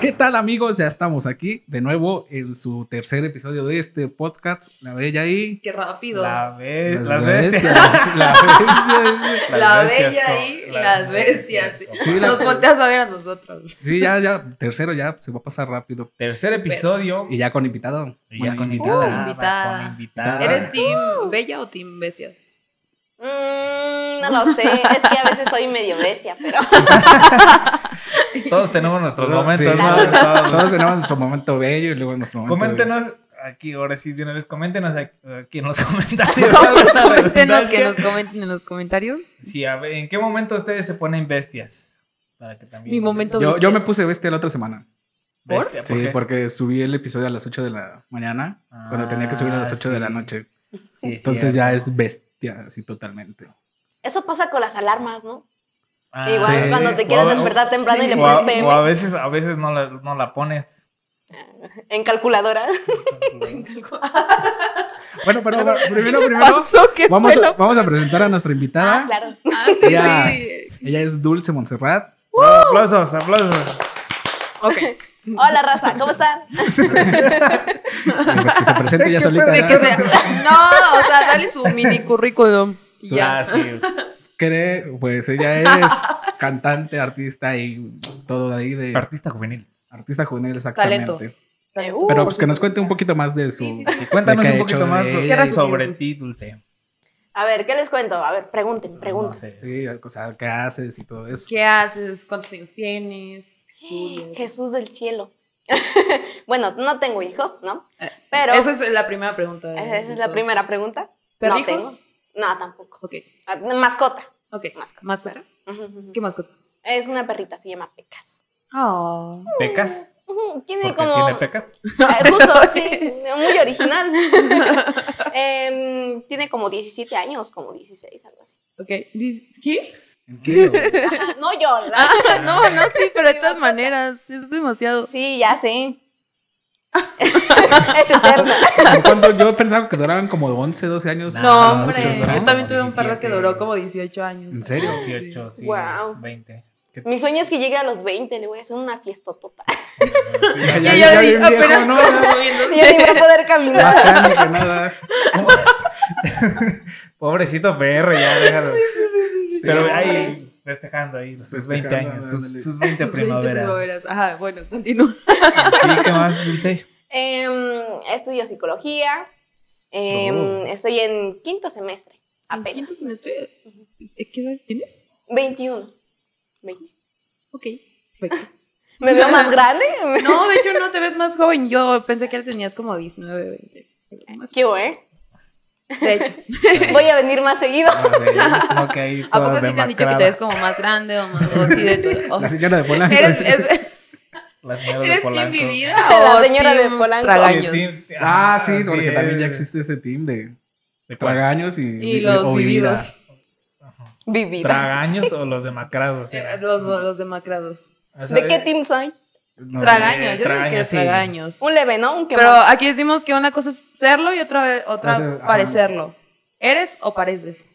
¿Qué tal amigos? Ya estamos aquí de nuevo en su tercer episodio de este podcast, La Bella y... Qué rápido. La be- Las Eh, las bestias. bestias. La bestia. La bella y las bestias. Sí, la- Nos volteas a ver a nosotros. Sí, ya, ya, tercero ya, se va a pasar rápido. Tercer episodio. Y ya con invitado. Y Bueno, ya con invitada. invitada. invitada. Con invitada. ¿Eres team bella o team bestias? Mm, no lo sé, es que a veces soy medio bestia, pero Todos tenemos nuestros Todos- momentos, sí, ¿no? todos, Todos. todos tenemos nuestro momento bello y luego nuestro momento. Coméntenos aquí, ahora sí, de una vez, coméntenos aquí en los comentarios. alguna Coméntenos que redundancia. nos comenten en los comentarios. Sí, a ver, ¿en qué momento ustedes se ponen bestias? Para que también. Mi momento Yo, yo bestia. me puse bestia la otra semana. Bestia, Sí, ¿por qué? porque subí el episodio a las 8 de la mañana, cuando Ah, tenía que subir a las 8 de sí. la noche. Sí, es Entonces cierto. ya es bestia, así totalmente. eso pasa con las alarmas, ¿no? Ah, Igual sí. cuando te O quieres a- despertar temprano y le o pones a- O a PM veces, a veces no la, no la pones. en calculadora. Bueno, pero bueno, primero, primero, vamos a, vamos a presentar a nuestra invitada. Ah, claro. Ah, sí, Ya. sí. Ella es Dulce Montserrat. Aplausos, aplausos. Ok. Hola raza, ¿cómo están? Y pues que se presente ya solita. Sí, que sea- No, o sea, dale su mini currículum. y Su- Ya. Ah, sí. Cree, pues ella es cantante, artista y todo ahí de Artista juvenil. artista juvenil exactamente. Talento. Eh, uh, Pero pues que nos cuente un poquito más de su. Sí, sí, Sí, cuéntanos de qué un ha poquito hecho más de sobre, ella y- su- sobre ti, Dulce. A ver, ¿qué les cuento? A ver, pregunten, pregunten. No sé. Sí, o sea, qué haces y todo eso. ¿Qué haces? ¿Cuántos años tienes? ¿Qué estudias? Jesús del cielo. bueno, no tengo hijos, ¿no? Eh, Pero Esa es la primera pregunta. de- esa es de la todos. primera pregunta. Eh, ¿Pero no hijos? tengo. No, tampoco. Ok, Ah, Mascota. ok. Mascota. ¿Mascota? Ujú, ujú. ¿Qué mascota? Es una perrita, se llama Pecas. Oh. ¿Pecas? Ujú, Tiene Porque como tiene pecas. Ah, Justo, sí, muy original. Em, tiene como 17 años, como 16, algo así. Ok. Dis- ¿Qué? ¿En serio? Ajá, no yo, ¿verdad? Ah, no, no, sí, pero de todas maneras, es demasiado. Sí, ya sé. es eterna. Como cuando yo pensaba que duraban como 11, 12 años. No, No, Ah, sí, hombre, ¿no? yo también tuve un perro que 17. duró como 18 años. ¿En serio? 18, sí. Guau. 20. Mi sueño es que llegue a los 20, le voy a hacer una fiesta total. Ya, Yo ya, ya ya vi- bien viejo, apenas ¿no? como moviéndose. Ya ni va a poder caminar. Más grande que nada. Pobrecito perro, ya déjalo. Pero Sí, ahí, festejando ahí sus 20 Festejando, años, ándale. sus, sus 20 Sus 20 primaveras. Ajá, bueno, continúa. Sí, ¿qué más, Dulce? Em, estudio psicología. Em, Oh. Estoy en quinto semestre, apenas. ¿Quinto semestre? ¿Qué edad tienes? 21. 20. Ok. perfecto. ¿Me veo más grande? No, de hecho no te ves más joven. Yo pensé que tenías como 19, 20. pero más- ¿Qué hubo, eh? De hecho. Voy a venir más seguido. Como que ahí ¿A toda poco sí te han dicho que te demacrada. ves como más grande o más o sí de tu- o- La señora de Polanco. ¿Eres, es- La señora de ¿eres Polanco. team vivida La o señora de team Polanco. tragaños? Team- team- Ah, sí, eh. porque también ya es. existe ese team de ¿De cuál? tragaños y, Y los o vividos. Vivida. ¿Tragaños o los demacrados? era? Los, los demacrados. O sea, ¿De qué team soy? No, tragaños, yo creo que tragaños, es sí. tragaños. Un leve, ¿no? Un Pero quemón. aquí decimos que una cosa es serlo y otra, vez- Otra- otra ajá. parecerlo. ¿Eres o pareces?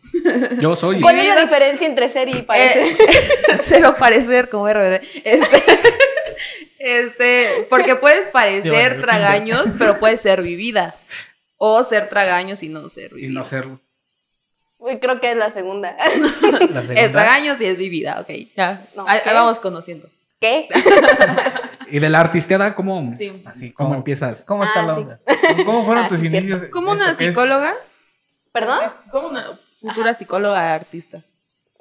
Yo soy. ¿Cuál es la diferencia entre ser y parecer? Eh, cero parecer como RBD. Este, este, porque puedes Llevan el parecer Tinder. tragaños, pero puedes ser vivida. O ser tragaños y no ser Y vivida. no serlo. Uy, creo que es la segunda. la segunda. es tragaños y es vivida, ok. Ya. No, ahí, ¿qué? ahí vamos conociendo. ¿Qué? Y de la artisteada, ¿cómo, Sí. Así, cómo como empiezas? ¿Cómo está Ah, la sí. onda? ¿Cómo fueron Ah, tus sí, cierto. inicios? Como una Esto que es- psicóloga, ¿Perdón? como una futura psicóloga artista.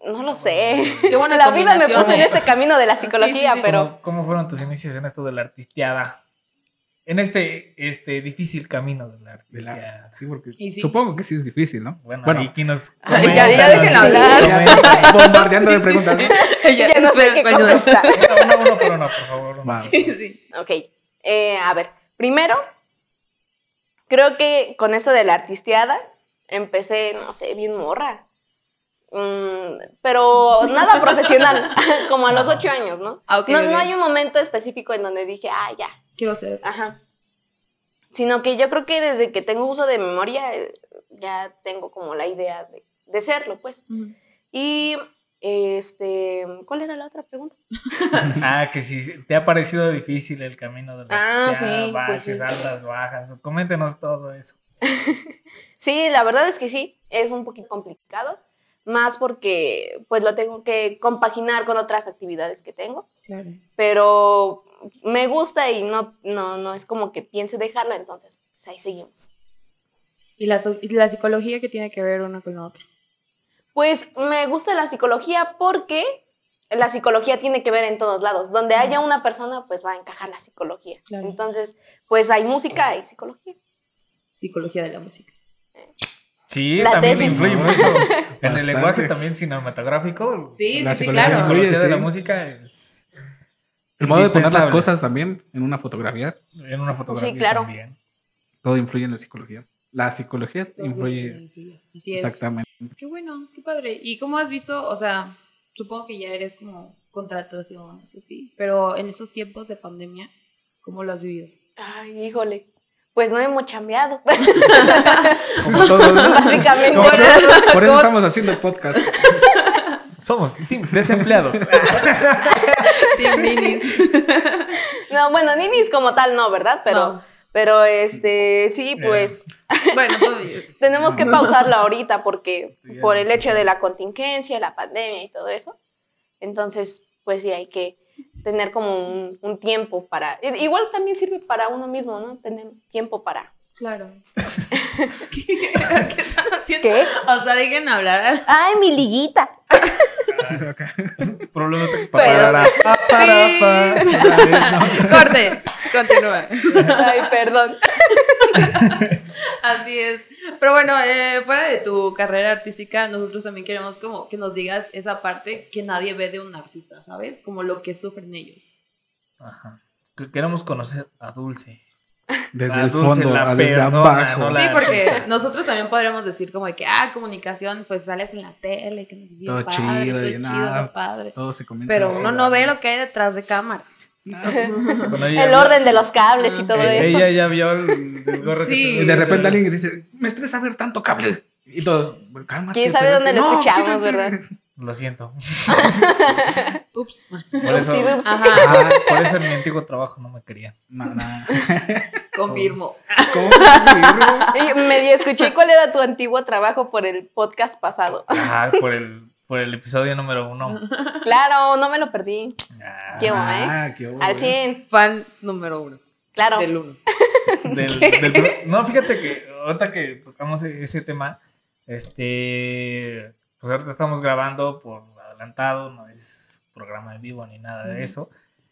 No lo sé. Qué buena la vida me combinación. puso en ese camino de la psicología, Sí, sí, sí. pero ¿Cómo, cómo fueron tus inicios en esto de la artisteada? En este, este difícil camino de la De artisteada. la- sí, porque Y sí. supongo que sí es difícil, ¿no? Bueno, Bueno, ahí aquí nos Ay, comentan, ya- ya déjenla nos hablar. comentan. bombardeando de preguntas. Ella ya no sé qué contestar. Uno, uno, uno por uno, por favor. uno. Va. Sí, sí. ok, eh, a ver. Primero, creo que con esto de la artisteada empecé, no sé, bien morra. Mm, pero nada profesional, como a los ocho años, ¿no? Ah, ok, no, ok. no hay un momento específico en donde dije, ah, ya, Quiero ser. Ajá. Sino que yo creo que desde que tengo uso de memoria eh, ya tengo como la idea de, de serlo, pues. Ujú. Y Este, ¿cuál era la otra pregunta? Ah, que si te ha parecido difícil el camino de las Ah, ya, sí, pues baches, sí. altas, bajas. Coméntenos todo eso. Sí, la verdad es que sí, es un poquito complicado, más porque pues lo tengo que compaginar con otras actividades que tengo, pero me gusta y no, no, no es como que piense dejarla, entonces pues ahí seguimos. Y la, so- y la psicología que tiene que ver una con la otra. Pues me gusta la psicología porque la psicología tiene que ver en todos lados. Donde haya una persona, pues va a encajar la psicología. Claro. Entonces, pues hay música, hay psicología. Psicología de la música. Sí, La también tesis. influye mucho. en Bastante. el lenguaje también cinematográfico. Sí, La sí, sí, psicología La claro. influye. psicología de la sí. música es El modo de poner las indispensable cosas también en una fotografía, En una fotografía Sí, claro. también. todo influye en la psicología. La psicología influye Así es. exactamente. Qué bueno, qué padre. ¿Y cómo has visto? O sea, supongo que ya eres como contratación, así, sí. Pero en estos tiempos de pandemia, ¿cómo lo has vivido? Ay, híjole. Pues no hemos chambeado. Como todos. Básicamente. Como todos Por eso estamos haciendo el podcast. Somos team desempleados. Ah, No, bueno, ninis como tal no, ¿verdad? Pero, No. pero este, Eh. sí, pues bueno, todavía. tenemos que pausarlo ahorita porque Sí, ya por no el sé. hecho de la contingencia, la pandemia y todo eso. Entonces, pues sí, hay que tener como un, un tiempo para... i- Igual también sirve para uno mismo, ¿no? Tener tiempo para... Claro. ¿Qué, qué están haciendo? ¿Qué? O sea, dejen hablar. ¡Ay, mi liguita! Ah, Problemas de Pero- Pa, para, pa. Corte. Continúa. Ay, perdón. Así es. Pero bueno, eh, fuera de tu carrera artística, nosotros también queremos como que nos digas esa parte que nadie ve de un artista, ¿sabes? Como lo que sufren ellos. Ajá. Que- Queremos conocer a Dulce. Desde La el dulce, fondo, la a desde persona, abajo. no la- Sí, porque artista. nosotros también podríamos decir como de que, ah, comunicación, pues sales en la tele, que bien Todo padre, chido, todo y nada. todo padre. Todo se comienza. Pero uno no ve lo que hay detrás de cámaras. Ah. Bueno, ella- El orden de los cables Ah, y todo eh, eso. Ella ya vio el desgorre Sí. Y de repente alguien dice, me estresa ver tanto cable. Y todos, cálmate. ¿Quién sabe pero dónde es que lo no, escuchamos, quítense". verdad? Lo siento. Ups. Por eso, Upsi, dupsi. Ajá, Ah, por eso en mi antiguo trabajo no me querían. no, no. confirmo. ¿Cómo, güey? Y medio escuché cuál era tu antiguo trabajo por el podcast pasado. Ajá, Ah, por el, por el episodio número uno. Claro, no me lo perdí. Ah, Qué bueno, ¿eh? Ah, qué bueno, Al güey. 100, Fan número uno. claro. Del uno. del- del pro- no, fíjate que ahorita que tocamos e- ese tema, este, pues ahorita estamos grabando por adelantado, no es programa en vivo ni nada de eso.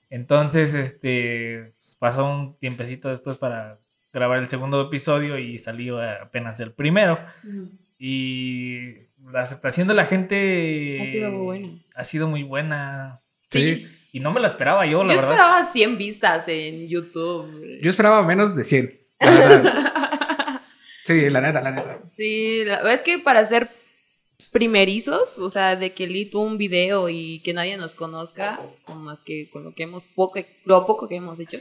Entonces, este, pues, pasó un tiempecito después para grabar el segundo episodio y salió apenas el primero. Y la aceptación de la gente Ha sido muy buena. Ha sido muy buena. Sí. Y no me la esperaba yo, Yo la verdad. esperaba 100 vistas en YouTube. eh, Yo esperaba menos de 100. La verdad. Sí, la neta, la neta. Sí, la- es que para ser primerizos, o sea, de que Lee tuvo un video y que nadie nos conozca, con más que con lo que hemos poco, lo poco que hemos hecho.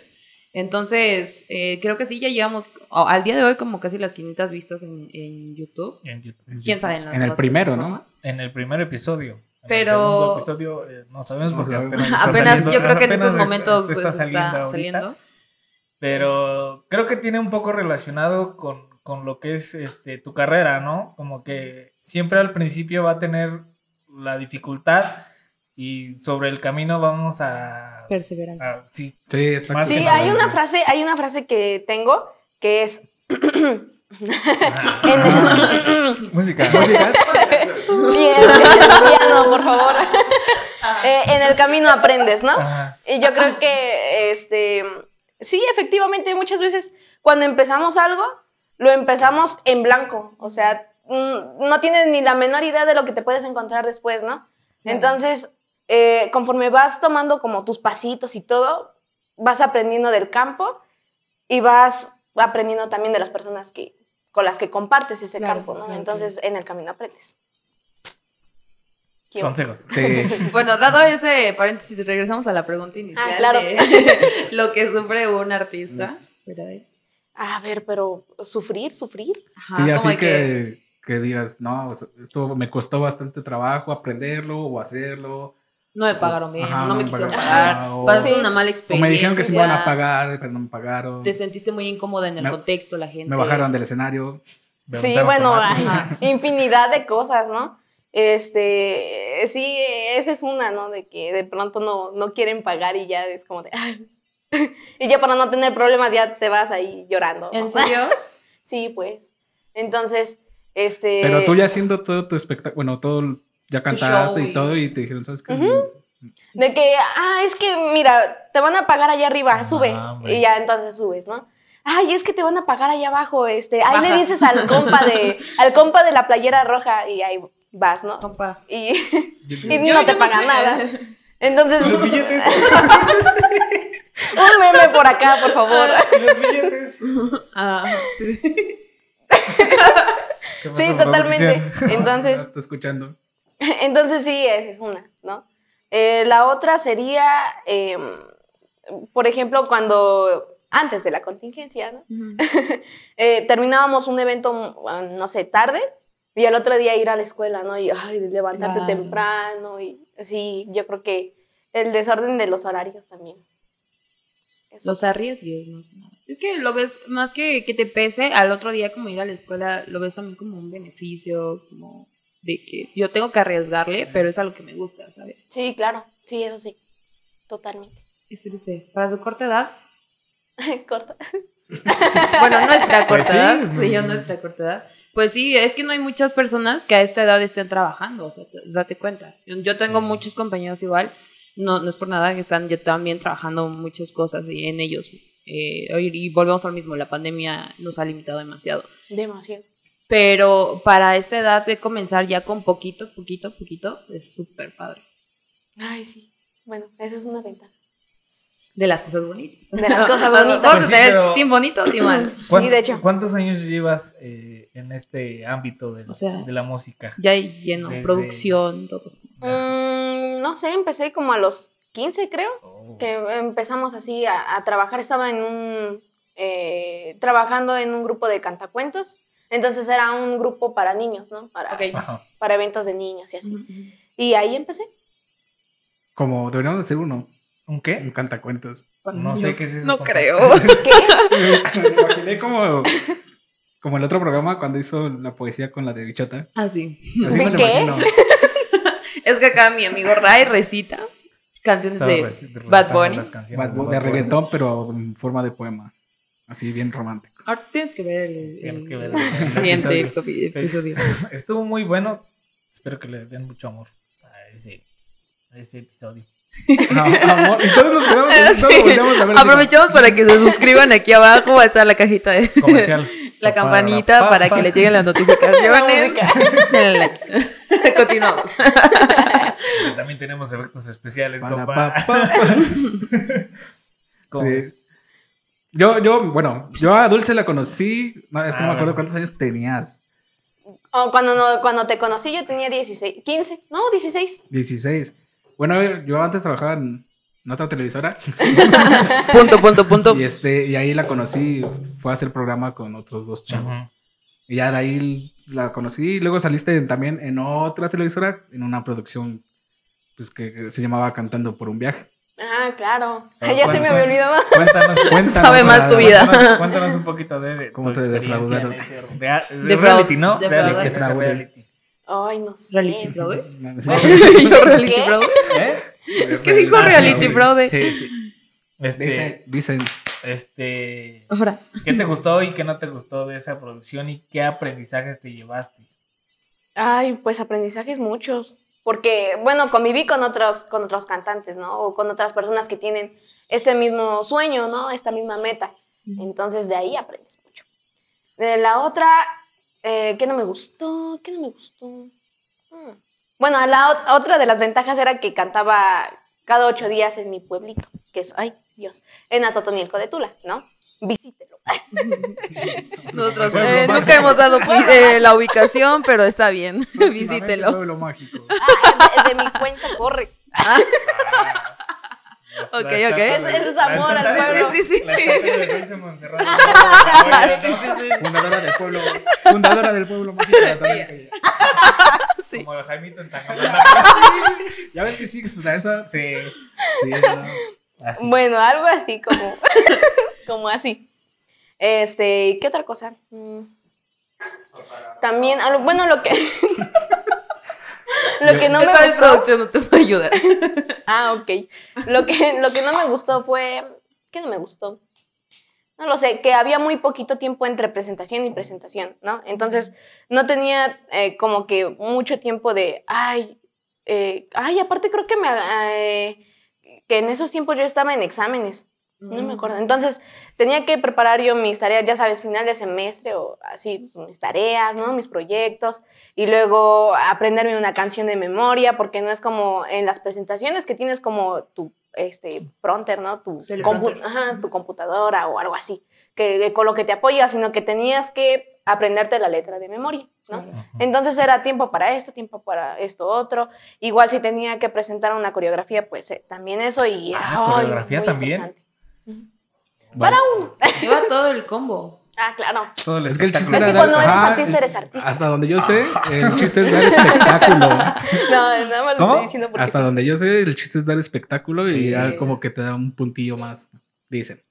Entonces, eh, creo que sí, ya llevamos o- al día de hoy como casi las 500 vistas en, en YouTube. En YouTube. ¿Quién sabe? En, las En el otras primero, ¿no? plataformas? En el primer episodio. En Pero- el segundo episodio eh, no sabemos No porque sabemos. apenas está Apenas, saliendo. yo creo que en Apenas estos está- momentos está pues, está saliendo saliendo. ahorita. Pero creo que tiene un poco relacionado con, con lo que es este, tu carrera, ¿no? Como que siempre al principio va a tener la dificultad y sobre el camino vamos a... Perseverancia. a- sí, Sí, exacto. Más Sí, que hay una frase, hay una frase que tengo que es Ah, en música. Bien, piano, por favor. Eh, en el camino aprendes, ¿no? Ajá. Y yo creo que, este, sí, efectivamente, muchas veces cuando empezamos algo, lo empezamos en blanco. O sea, mm, no tienes ni la menor idea de lo que te puedes encontrar después, ¿no? Entonces, eh, conforme vas tomando como tus pasitos y todo, vas aprendiendo del campo y vas aprendiendo también de las personas que, con las que compartes ese Claro, campo, ¿no? claro, Entonces, en el camino aprendes. ¿Quién? Consejos. Sí. Bueno, dado ese paréntesis, regresamos a la pregunta inicial. Ah, claro. de lo que sufre un artista. ¿verdad? A ver, pero sufrir, sufrir. Ajá, Sí, Ah, como así de que, que, que digas, no, o sea, esto me costó bastante trabajo aprenderlo o hacerlo. No me pagaron bien, Ajá, no me me quisieron pagaron. pagar, Ajá, o- pasaste Sí. una mala O experiencia. me dijeron que sí me van a ya pagar, pero no me pagaron. Te sentiste muy incómoda en el Me- contexto, la gente. Me bajaron del escenario. Me Sí, aventaron bueno, tomate. ajá, infinidad de cosas, ¿no? Este, sí, esa es una, ¿no? De que de pronto no, no quieren pagar y ya es como de... "Ay". y ya para no tener problemas ya te vas ahí llorando. ¿no? ¿En serio? Sí, pues. Entonces, este... Pero tú ya haciendo todo tu espectáculo, bueno, todo, ya cantaste show y y- todo y te dijeron, ¿sabes qué? De que, ah, es que, mira, te van a pagar allá arriba, Ah, sube. hombre. Y ya entonces subes, ¿no? Ay, es que te van a pagar allá abajo, este. Ahí le Baja. dices al compa de, al compa de la playera roja y ahí vas, ¿no? Compa. Y, y Yo- no te yo pagan sé. nada. Entonces, Los un billetes, meme por acá, por favor. los billetes. Ah, sí, sí. ¿Qué pasó, Sí, producción? totalmente. Entonces, Está escuchando. Entonces sí, esa es una, ¿no? Eh, la otra sería, em, por ejemplo, cuando antes de la contingencia, ¿no? Ujú. Eh, terminábamos un evento, mm, no sé, tarde, y al otro día ir a la escuela, ¿no? Y ay, levantarte Claro. temprano, y sí, yo creo que el desorden de los horarios también. Eso. Los arriesgues, no es nada. Es que lo ves, más que que te pese, al otro día como ir a la escuela, lo ves también como un beneficio, como de que yo tengo que arriesgarle, pero es algo que me gusta, ¿sabes? Sí, claro, sí, eso sí, totalmente. Es triste. Para su corta edad, Corta. bueno, nuestra Pues corta sí, edad, no, sí, yo no, nuestra corta edad. Pues sí, es que no hay muchas personas que a esta edad estén trabajando, o sea, te- date cuenta. Yo, yo tengo Sí. muchos compañeros igual, no, no es por nada que están yo también trabajando muchas cosas y en ellos. eh, y y volvemos al mismo, la pandemia nos ha limitado demasiado. Demasiado. Pero para esta edad de comenzar ya con poquito, poquito, poquito, es súper padre. Ay, sí. Bueno, esa es una ventaja. De las cosas bonitas. De las cosas bonitas. Vamos Pues a sí, tener pero- team bonito, team mal. ¿Cuán- Sí, de hecho. ¿Cuántos años llevas eh, en este ámbito del- O sea, de la música? Ya hay lleno, Desde- producción, todo. Mm, no sé, empecé como a los 15, creo. Oh. que empezamos así a, a trabajar, estaba en un, eh, trabajando en un grupo de cantacuentos, entonces era un grupo para niños, ¿no? Para, Ok. Ajá. para eventos de niños y así. Y ahí empecé. Como deberíamos hacer uno, ¿Un un qué? cantacuentas. No sé qué es eso. No compa. creo. Me lo imaginé como, como el otro programa cuando hizo la poesía con la de Bichota. Ah, sí. Así me lo ¿Qué? imagino. Es que acá mi amigo Ray recita canciones Estaba de rec- recitando Bad Bunny. las canciones Bad Bunny, De reggaetón, pero en forma de poema. Así bien romántico. Ahora Ah, tienes que ver el, Tienes el- que ver el el siguiente episodio. copi- episodio. Estuvo muy bueno. Espero que le den mucho amor a ese, a ese episodio. No, amor. Entonces nos quedamos Ah, así, todos sí. volteamos a ver así como- Aprovechamos para que se suscriban aquí abajo, va a estar la cajita de... Comercial. La campanita Pa, para pa. que le lleguen las notificaciones. Denle like. Continuamos. Porque También tenemos efectos especiales, Para, compa. pa, pa, pa. ¿Cómo Sí. ves? Yo, yo, bueno, yo a Dulce la conocí. No, es que Ah, no me acuerdo bueno. cuántos años tenías. O Oh, cuando, no- cuando te conocí yo tenía 16, 15, no, 16. 16. Bueno, yo antes trabajaba en en otra televisora. Punto, punto, punto. Y este, y ahí la conocí, fue a hacer programa con otros dos chavos. Ujú. Y ya de ahí la conocí. Y luego saliste en- también en otra televisora, en una producción pues, que, que se llamaba Cantando por un viaje. Ah, claro. Pero ya se me cuenta. había olvidado. Cuéntanos, Cuéntanos, Sabe más Adela, tu vida. cuéntanos, cuéntanos un poquito de, de ¿Cómo tu te experiencia en defraudaron? ese rea- de Defraud- reality, ¿no? defraudaron. Reality, ese Defraudé. reality. Ay, no sé. Reality Brother. De Yo Reality ¿Qué? Brother. ¿Eh? Es que dijo Ah, sí, Reality sí. Brother. Sí, sí. Este, Dicen, dicen, este, Ahora, ¿qué te gustó y qué no te gustó de esa producción y qué aprendizajes te llevaste? Ay, pues aprendizajes muchos. Porque, bueno, conviví con otros, con otros cantantes, ¿no? O con otras personas que tienen este mismo sueño, ¿no? Esta misma meta. Entonces, de ahí aprendes mucho. De la otra, eh, ¿qué no me gustó? ¿Qué no me gustó? Mm. Bueno, la ot- otra de las ventajas era que cantaba cada ocho días en mi pueblito, que es, ay, Dios, en Atotonilco de Tula, ¿no? Visítelo. nosotros Fue eh, broma. nunca hemos dado pu- eh, la ubicación, pero está bien. "Próximamente Visítelo. Pueblo Mágico". Ah, de- de mi cuenta corre. Ah, Ok, La estatua ok. de- Ese es amor la al estatua- pueblo. Sí, sí, sí. La estatua de Dulce Montserrat. Oye, Sí, ¿no? Fundadora del pueblo. Fundadora del pueblo mágico de la tabla Maya. Sí. Como el Jaimito en Tangamandapio. Ya ves que sí, que está esa. Sí. Sí, no. Así. Bueno, algo así como. como así. Este, ¿y qué otra cosa? Mm. También, algo- bueno, lo que. lo que no me Esta vez gustó. producción no te va a ayudar. Ah, ok. Lo que, lo que no me gustó fue. ¿Qué no me gustó? No lo sé, que había muy poquito tiempo entre presentación y presentación, ¿no? Entonces, no tenía eh, como que mucho tiempo de. Ay, eh, ay, aparte creo que me. eh, que en esos tiempos yo estaba en exámenes. No me acuerdo. Entonces, tenía que preparar yo mis tareas, ya sabes, final de semestre o así, pues, mis tareas, ¿no? Mis proyectos. Y luego aprenderme una canción de memoria, porque no es como en las presentaciones que tienes como tu este, pronter, ¿no? Tu, El compu- prompter. ajá, tu computadora o algo así, que, que con lo que te apoyas, sino que tenías que aprenderte la letra de memoria, ¿no? Claro. Entonces era tiempo para esto, tiempo para esto otro. Igual si tenía que presentar una coreografía, pues eh, también eso y era, Ah, ay, coreografía muy también. estresante. Bueno, Lleva todo el combo. Ah, claro. todo el Es que el chiste Es era que dar- espectáculo. cuando eres ajá, artista, eres artista. Hasta donde yo sé, el chiste es dar espectáculo. No, nada más lo ¿Cómo? estoy diciendo porque. Hasta donde yo sé, el chiste es dar espectáculo Sí. y ya como que te da un puntillo más. Dicen.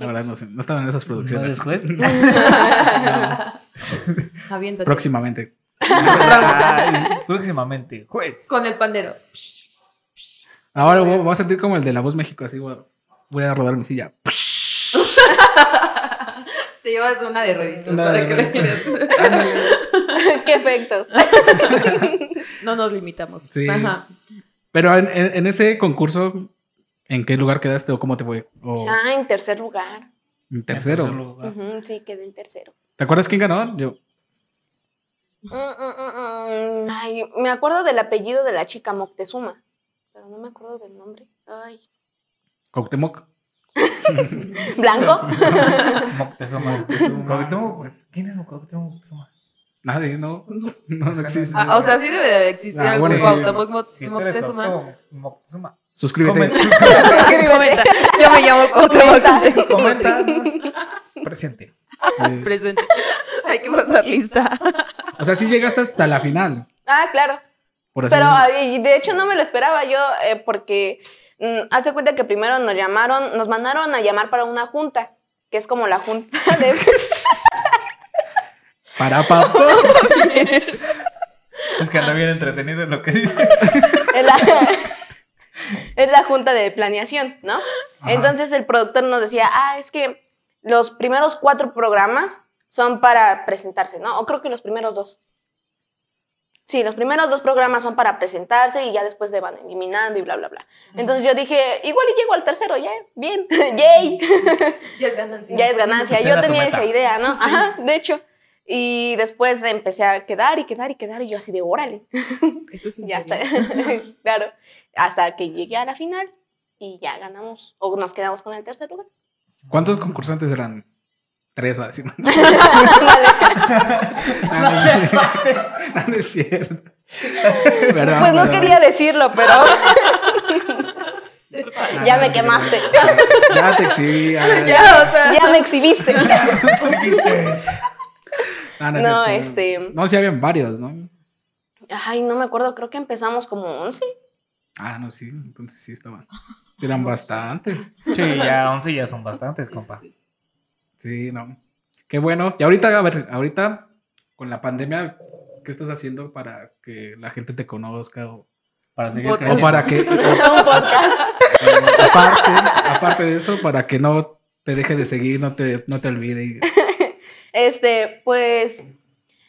La verdad, no sé. No estaban en esas No, producciones. después. Aviéntate. Próximamente. Ay, próximamente, juez. Con el pandero. Ahora voy, voy a sentir como el de La Voz México, así voy a, voy a rodar mi silla. Te llevas una de rueditas Una para de que le rueditas. mires. ¿Qué efectos? No nos limitamos. Sí. Ajá. Pero en, en- en ese concurso, ¿en qué lugar quedaste o cómo te fue? O Ah, en tercer lugar. en tercero. lugar. Ujú, sí, quedé en tercero. ¿Te acuerdas quién ganó? Yo. Mm, mm, mm, mm. Ay, me acuerdo del apellido de la chica Moctezuma, pero no me acuerdo del nombre. Ay. Cuauhtémoc. ¿Blanco? Moctezuma. Moctezuma. ¿Quién es Moctezuma? Moctezuma. Nadie, no. No, no pues, existe. Ah, o sea, sí debe de existir Ah, algún bueno, sí. Cuauhtémoc Mo- Si tú eres Moctezuma. doctor Moctezuma. Suscríbete. Escríbete. Yo me llamo Cuauhtémoc. Coméntanos. Presente. Eh, Presente. Hay que pasar lista. o sea, sí llegaste hasta la final. Ah, claro. Por así Pero decirlo. ay, de hecho no me lo esperaba yo eh, porque mm, hazte cuenta que primero nos llamaron, nos mandaron a llamar para una junta, que es como la junta de Para papá. Es que anda bien entretenido en lo que dice. es la, es la junta de planeación, ¿no? Entonces el productor nos decía, ah, es que los primeros cuatro programas son para presentarse, ¿no? O creo que los primeros dos. Sí, los primeros dos programas son para presentarse y ya después se van eliminando y bla, bla, bla. Entonces yo dije, igual y llego al tercero, ya, bien, yay Ya es ganancia. ya es ganancia. Esa Yo era tu tenía meta. esa idea, ¿no? Ajá, de hecho. Y después empecé a quedar y quedar y quedar y yo así de órale. Eso es ya está. increíble. claro. Hasta que llegué a la final y ya ganamos. O nos quedamos con el tercer lugar. ¿Cuántos concursantes eran? Tres, va a decir. No, no es cierto. Ah, No, no es cierto. Perdón, pues no perdón. quería decirlo, pero Ah, ya no, me no, quemaste. no. Ya te exhibí. ah, ya, o sea, ya me exhibiste. ah, es cierto. No, este- No, sí habían varios, ¿no? Ay, no me acuerdo, creo que empezamos como 11. Ah, no, sí. Entonces sí estaban. Sí eran bastantes. Sí, ya 11 ya son bastantes, compa. Sí, no. Qué bueno. Y ahorita, a ver, ahorita con la pandemia, ¿qué estás haciendo para que la gente te conozca o, Para seguir Podcast. o creciendo. para que Un podcast. aparte, aparte de eso, para que no te deje de seguir, no te, no te olvide. y- Este, pues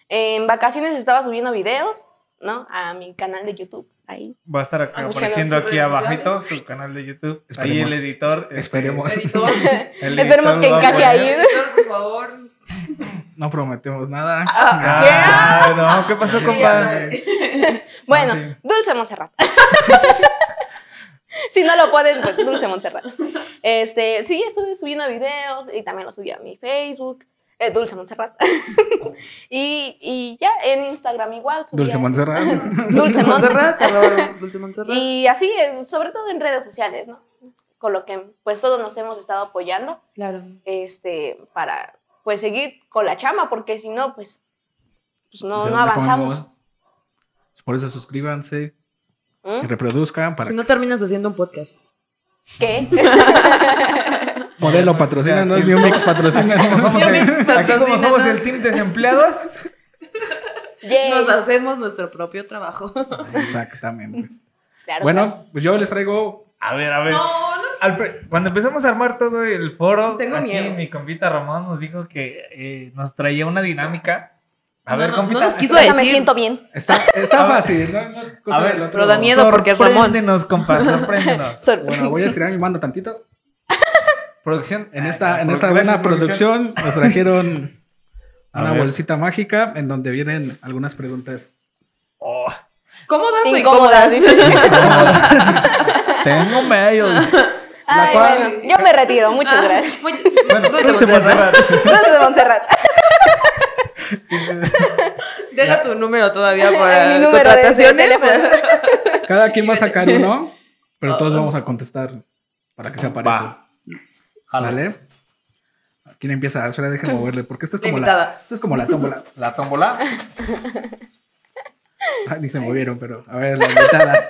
en vacaciones estaba subiendo videos, ¿no? A mi canal de YouTube. Ahí. Va a estar acá Búscalo en apareciendo sus aquí redes abajito sociales. su canal de YouTube. Ahí Esperemos. el editor. este, Esperemos. Editor, el Esperemos editor que va a encaje poner- ahí. editor, por favor. No prometemos nada. Ah, no, ¿qué pasó, compa? Bueno, Ah, sí. Dulce Montserrat. si no lo pueden, pues Dulce Montserrat. Este, sí, estuve subiendo videos y también los subí a mi Facebook. eh, Dulce Montserrat. y, y ya en Instagram igual. subía Dulce eso. Montserrat. Pues Dulce Montserrat. Montserrat, por favor, Dulce Montserrat. Y así, eh, sobre todo en redes sociales, ¿no? Coloquem, pues todos nos hemos estado apoyando Claro. este, para pues seguir con la chama, porque si no, pues, pues no, ¿De no dónde avanzamos. comemos? Por eso suscríbanse y ¿Mm? reproduzcan para Si no terminas haciendo un podcast. ¿Qué? modelo patrocina, no es ni un mix patrocina. Como somos, Yo misma el, aquí como patrocina, somos ¿no? el team desempleados, Yay. Nos hacemos nuestro propio trabajo. Exactamente. Claro, claro. Bueno, pues yo les traigo a ver, a ver. No, no. Al pre- cuando empezamos a armar todo el foro, Tengo aquí miedo. mi compita Ramón nos dijo que eh, nos traía una dinámica. A No, ver, no, compita. no nos quiso Ya me decir. siento bien. está está fácil, no, no es cosa A ver, del otro. pero da miedo. porque es Ramón. Sorpréndenos, compa, sorpréndenos. Sorpre- Bueno, voy a estirar mi mano tantito. producción. En Ah, esta, en por- esta buena gracias, producción nos trajeron A una ver. bolsita mágica en donde vienen algunas preguntas. Oh, Cómodas o Incómodas. incómodas. tengo medio. Ay, cual- bueno, yo me retiro, muchas gracias. Mucho- Bueno, Dulce Dulce Montserrat. Montserrat. Dulce de Montserrat. Deja tu número todavía para Mi número de- de contrataciones. teléfono. Cada quien va a sacar uno, pero todos Ah, vamos a contestar para que sea parejo. Ah, Va. ¿Vale? ¿Quién empieza? Espera, déjenme moverle, porque esta es La como la, invitada. esta es como la tómbola. La tómbola. Ay, ni se movieron, pero a ver, la invitada.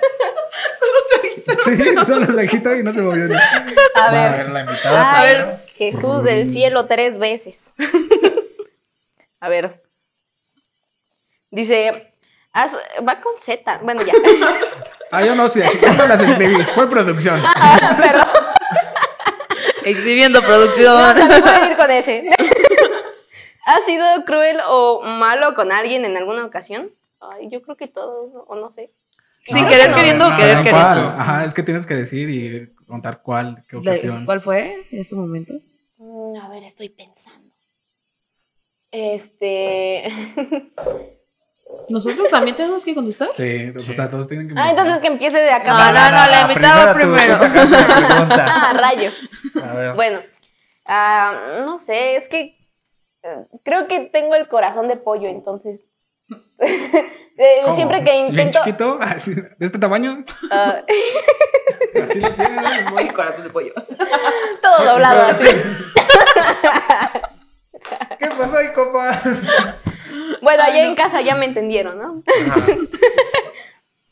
Sí, solo se agitó y no se movió. ni- Va, A ver. A ver, la invitada. Ay, ver. Jesús del cielo tres veces. A ver. Dice, haz- va con Z. Bueno, ya. Ah, yo no sé, yo las escribí. Fue producción. Exhibiendo No, producción. también voy a ir con ese. ¿Has sido cruel o malo con alguien en alguna ocasión? Ay, yo creo que todos, ¿no? o no sé. Sin No, querer no, queriendo, no, querer no, queriendo. ¿cuál? Ah, Ajá, es que tienes que decir y contar cuál, qué La- ocasión. ¿Cuál fue en ese momento? Mm, A ver, estoy pensando. Este. ¿Nosotros también tenemos que contestar? Sí, o sea, todos tienen que. Ah, entonces que empiece de acá. No, no, no, la invitada tú, tú primero. sacaste la pregunta. Ah, rayo. A ver. Bueno, ah, no sé, es que eh, creo que tengo el corazón de pollo, entonces. Eh, ¿Cómo? siempre que Bien intento. chiquito, así, de este tamaño. ah, Así lo tiene. ¿no? El corazón de pollo. todo doblado así. ¿Qué pasó ahí, compa? Bueno, Ah, allá en casa ya me entendieron, ¿no?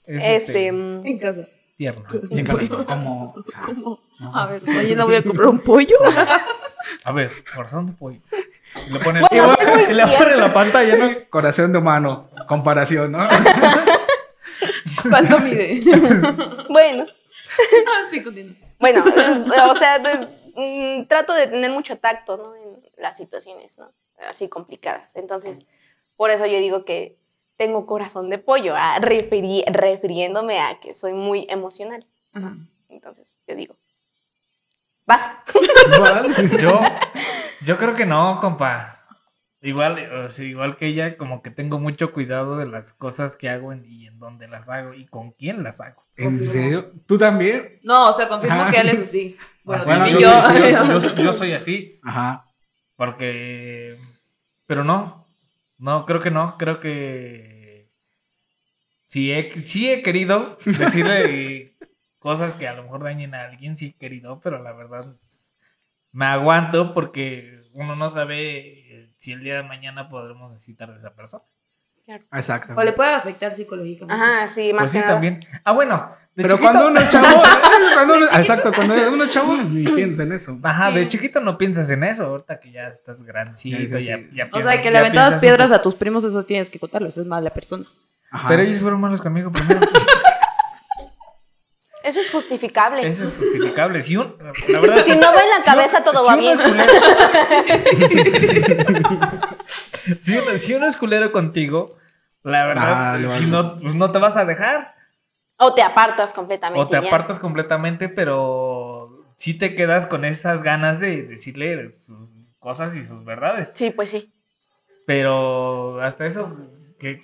Es Este. mm, En casa. Tierno. Y en casa, como. o sea, ¿Cómo? A ver, mañana voy a comprar un pollo. A ver, corazón de pollo. Y le ponen, Bueno, soy muy y le ponen tierna. la pantalla, ¿no? Corazón de humano, comparación, ¿no? ¿Cuánto mide? Bueno, Ah, sí, continúa. bueno, eh, o sea, de- mm, trato de tener mucho tacto, ¿no? En las situaciones, ¿no? Así complicadas. Entonces, por eso yo digo que tengo corazón de pollo, ah, referi- refiriéndome a que soy muy emocional. Ajá. Entonces, yo digo. Vas. Yo, yo creo que no, compa. Igual, o sea, igual que ella, como que tengo mucho cuidado de las cosas que hago en- y en dónde las hago y con quién las hago. ¿En serio? ¿Tú también? No, o sea, confirmo Ajá. que él es así. Bueno, Así, también sí, yo. Ah, sí, sí, yo- yo- yo soy así, Ajá. porque... Pero no, no, creo que no, creo que... Sí he, sí he querido decirle cosas que a lo mejor dañen a alguien, sí he querido, pero la verdad pues, me aguanto porque uno no sabe eh, si el día de mañana podremos necesitar de esa persona. O le pues, Exactamente. puede afectar psicológicamente. Ajá, sí, más Pues sí, que nada. también. Ah, bueno. de Pero chiquito- cuando uno es chavo, cuando uno- exacto, cuando uno es chavo, ni piensa en eso. Ajá, de Sí. chiquito no piensas en eso, ahorita que ya estás grancito, Ya dices, ya, sí. ya O sea, piensas- que le ya aventabas piensas piedras un a tus primos, eso tienes que contarlo, eso es mala persona. Ajá. poco. Pero ellos fueron malos conmigo primero. Eso es justificable. eso es justificable. Si un, la verdad, Si no ven la cabeza, todo va uno bien. es culero- si, uno, si uno es culero contigo, la verdad, Vale, si vale. no, pues no te vas a dejar. O te apartas completamente. O te ya. apartas completamente, pero sí te quedas con esas ganas de decirle sus cosas y sus verdades. Sí, pues sí. Pero hasta eso que.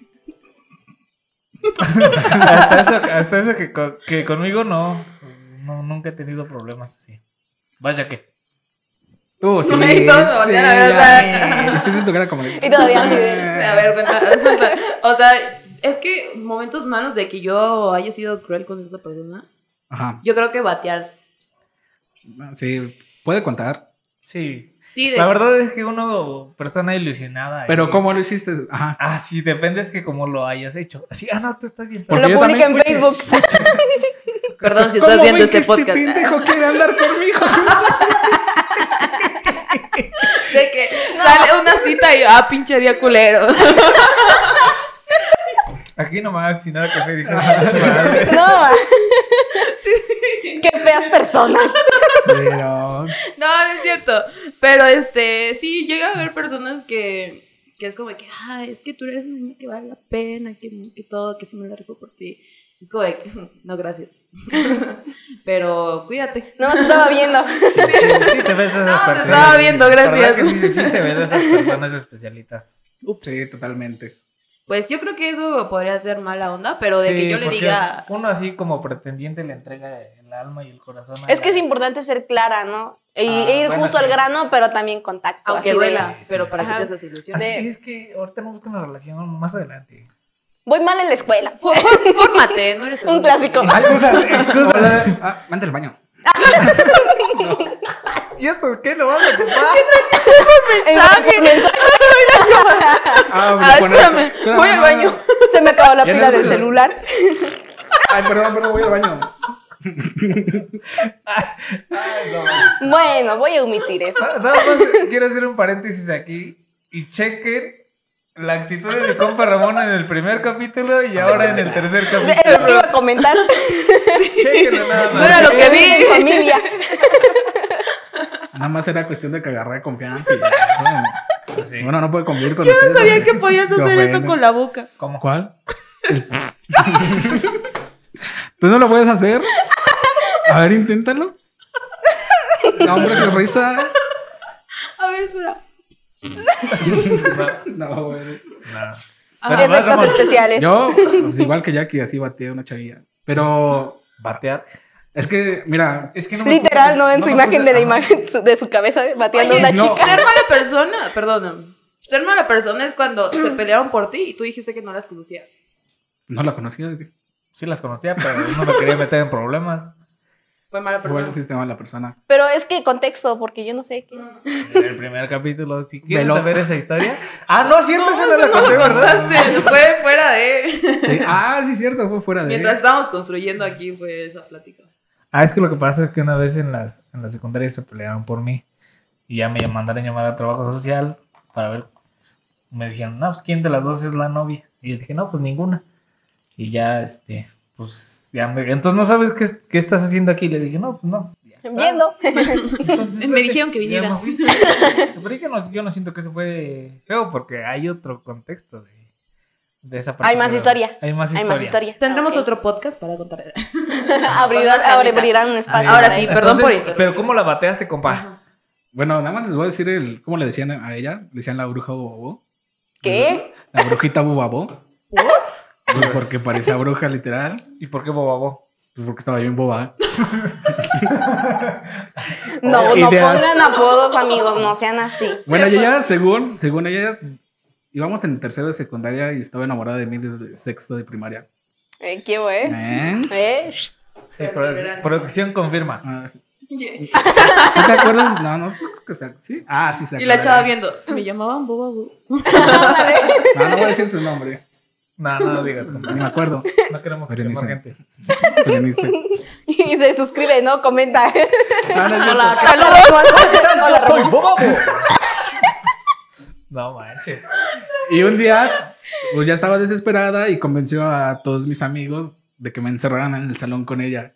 hasta eso, hasta eso que, co- que conmigo no, no. Nunca he tenido problemas así. Vaya que. Tú, Uh, sí. Y todos me voltean a sí, ver, o ya. Y sí se tocara como de- Y todavía así de- A ver, cuenta. o sea, O sea, es que momentos malos de que yo haya sido cruel con esa persona, Ajá. yo creo que batear Sí, puede contar. Sí. Sí, de- La verdad es que uno, persona ilusionada. Pero y- ¿cómo lo hiciste? Ajá. Ah, sí, depende es que cómo lo hayas hecho. Así, ah, no, tú estás bien. Porque lo yo publica en también Facebook. perdón si ¿Cómo estás viendo ven este que podcast. Este pendejo quiere andar conmigo. De que sale una cita y ah, pinche día culero. Aquí nomás, sin nada que hacer. dije, "Ah, No. Qué feas personas. Pero. No, no es cierto. Pero este, sí, llega a haber personas que, que es como de que, ah, es que tú eres una niña que vale la pena, que, que todo, que sí me la rico por ti. Es como de que, no, gracias. Pero cuídate. No me estaba viendo. Sí, te ves de esas No, te personas. estaba viendo, La verdad gracias. que sí, sí, sí se ven de esas personas especialitas. Sí, totalmente. Pues yo creo que eso podría ser mala onda, pero de Sí, que yo le porque diga, Uno así como pretendiente le entrega el alma y el corazón. a Es que es la- importante ser clara, ¿no? Y e Ah, ir bueno, justo sí. al grano, pero también contacto. aunque así de- duela, pero para Ajá. que te desilusiones. Así de- es que ahorita no busco una relación más adelante. Voy mal en la escuela. Fó- fó- Fórmate, no eres Un segunda. clásico. Ay, cosas, excusas. Ah, manda al baño. ¿Y eso qué lo vas a ocupar? Ah, Ah, poner eso. espérame, No, voy no, al no, baño. no. Se me acabó la Ya pila no del puedo. celular. Ay, perdón, perdón, voy al baño. Bueno, voy a omitir eso. Nada más quiero hacer un paréntesis aquí y chequen la actitud de mi compa Ramón en el primer capítulo y ahora en el tercer Es lo que capítulo. iba a comentar. Chequenlo nada No era más. lo que vi. Mi familia. Nada más era cuestión de que agarré confianza. y ya. Sí. Bueno, no puedo convivir con ustedes. Se ofenden. la boca. ¿Cómo? ¿Cuál? ¿Tú no lo puedes hacer? A ver, inténtalo. No, hombre, se risa. A ver, espera. No, No, güey. no. Ah, Nada más, Efectos Ramón. especiales. Yo, pues, igual que Jackie, así bateé una chavilla. Pero Batear. es que, mira, Es que no me Literal, puse- no en su me imagen puse- de la ajá. imagen su- de su cabeza bateando Oye, una no. chica. Ser mala persona, perdona. Ser mala persona es cuando se pelearon por ti y tú dijiste que no las conocías. no la conocía. Sí las conocía, pero no me quería meter en problemas. Fue mala persona. Bueno, fuiste mala persona. Pero es que contexto, porque yo no sé qué. En el primer capítulo, si quieren Velo. saber esa historia. Ah, no, cierto, esa no Eso la no conté, lo ¿verdad? contaste, fue fuera de. Sí. Ah, sí, cierto, fue fuera de. Mientras estábamos construyendo aquí fue esa plática. Ah, es que lo que pasa es que una vez en la, en la secundaria se pelearon por mí y ya me mandaron llamar a trabajo social para ver. Me dijeron, no, pues quién de las dos es la novia. Y yo dije, no, pues ninguna. Y ya, este, pues ya me. Entonces no sabes qué, es- qué estás haciendo aquí. Le dije, no, pues no. Ya. Viendo. Entonces, Me dijeron que ya viniera. me fui. Pero yo no, yo no siento que se fue feo porque hay otro contexto de, de esa parte. Hay más historia. Hay más Hay historia. más historia. Tendremos Ok. otro podcast para contar. Abrirán, Otra salida. abrirán un espacio. Ahora para sí, eso. perdón por interrumpir. Pero ¿cómo la bateaste, compa? Bueno, nada más les voy a decir el, ¿cómo le decían a ella? Le decían la bruja bobabó. ¿Qué? La brujita bobabó. Pues porque parecía bruja, literal. ¿Y por qué bobabó? Pues porque estaba bien boba. No, no Ideas. pongan apodos, amigos, no sean así. Bueno, yo ya, según, según ella, íbamos en tercero de secundaria y estaba enamorada de mí desde sexto de primaria. Eh, ¿Qué güey? ¿Eh? Eh, sh- Eh, Perseverante. pro- producción confirma. Ah, Y ¿Sí te acuerdas? No, no sé. o sea, ¿Sí? Ah, sí, se la acuerda. chava viendo, me llamaban Boba Boo. No, no voy a decir su nombre. No, no lo digas, Ni compa. me acuerdo. No queremos que Berenice. gente. Berenice. Y se suscribe, ¿no? Comenta. Ah, no, es cierto. Hola, Hola, ¡Soy bobo! No manches. Y un día, pues ya estaba desesperada y convenció a todos mis amigos de que me encerraran en el salón con ella.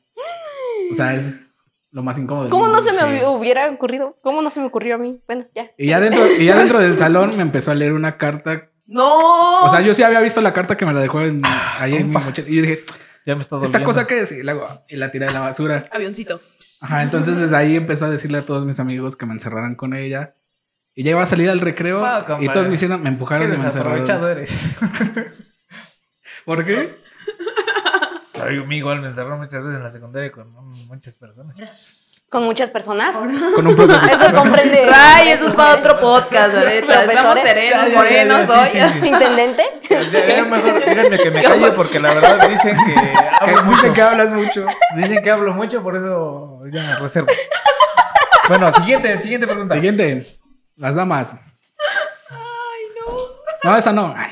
O sea, es lo más incómodo. del ¿Cómo no mundo. se me Sí. hubiera ocurrido? ¿Cómo no se me ocurrió a mí? Bueno, ya. Y ya, dentro, y ya dentro del salón me empezó a leer una carta. No. Oh. O sea, yo sí había visto la carta que me la dejó en- Ah, ahí en mi mochila. Y yo dije, Ya me está doliendo. ¿esta cosa que es? Y, luego, y la tiré a la basura. Avioncito. Ajá, entonces desde ahí empezó a decirle a todos mis amigos que me encerraran con ella. Y ya iba a salir al recreo. Ah, compadre. y todos me hicieron, me Qué empujaron y me desaprovechado encerraron. eres. ¿Por qué? Soy amigo, me encerró muchas veces en la secundaria con muchas personas. con muchas personas. Con un propio Eso comprende. Ay, eso es para otro podcast, la neta. Estamos Ya, ya, Profesores. serenos, ya, morenos ya, hoy. sí, sí, sí. Intendente. Ya, ya, mejor díganme que me calle porque la verdad dicen que hablo mucho. Dicen que hablas mucho. Dicen que hablo mucho, por eso ya me reservo. Bueno, siguiente, siguiente pregunta. Siguiente. Las damas. Ay, no. No, esa no. Ay.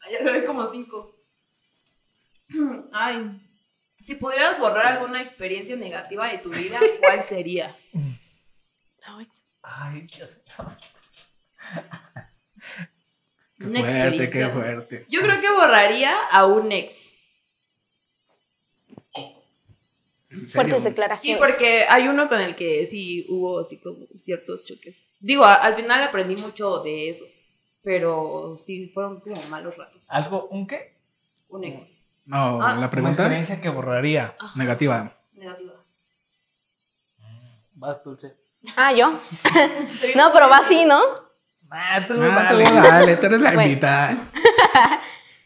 Ay, Ya ve como cinco. Ay. Si pudieras borrar alguna experiencia negativa de tu vida, ¿cuál sería? Ay, Dios mío. Qué Una fuerte, qué experiencia. fuerte. Yo creo que borraría a un ex. ¿En serio? Fuertes Sí, declaraciones. porque hay uno con el que sí hubo así como ciertos choques. Digo, a- al final aprendí mucho de eso, pero sí fueron como malos ratos. ¿Algo, un qué? Un ex. No, Ah, la Una pregunta experiencia que borraría. negativa. Negativa. Vas, Dulce. Ah, yo. No, pero va así, ¿no? Ah, tú, Ah, tú dale. dale, tú eres la Bueno. invitada.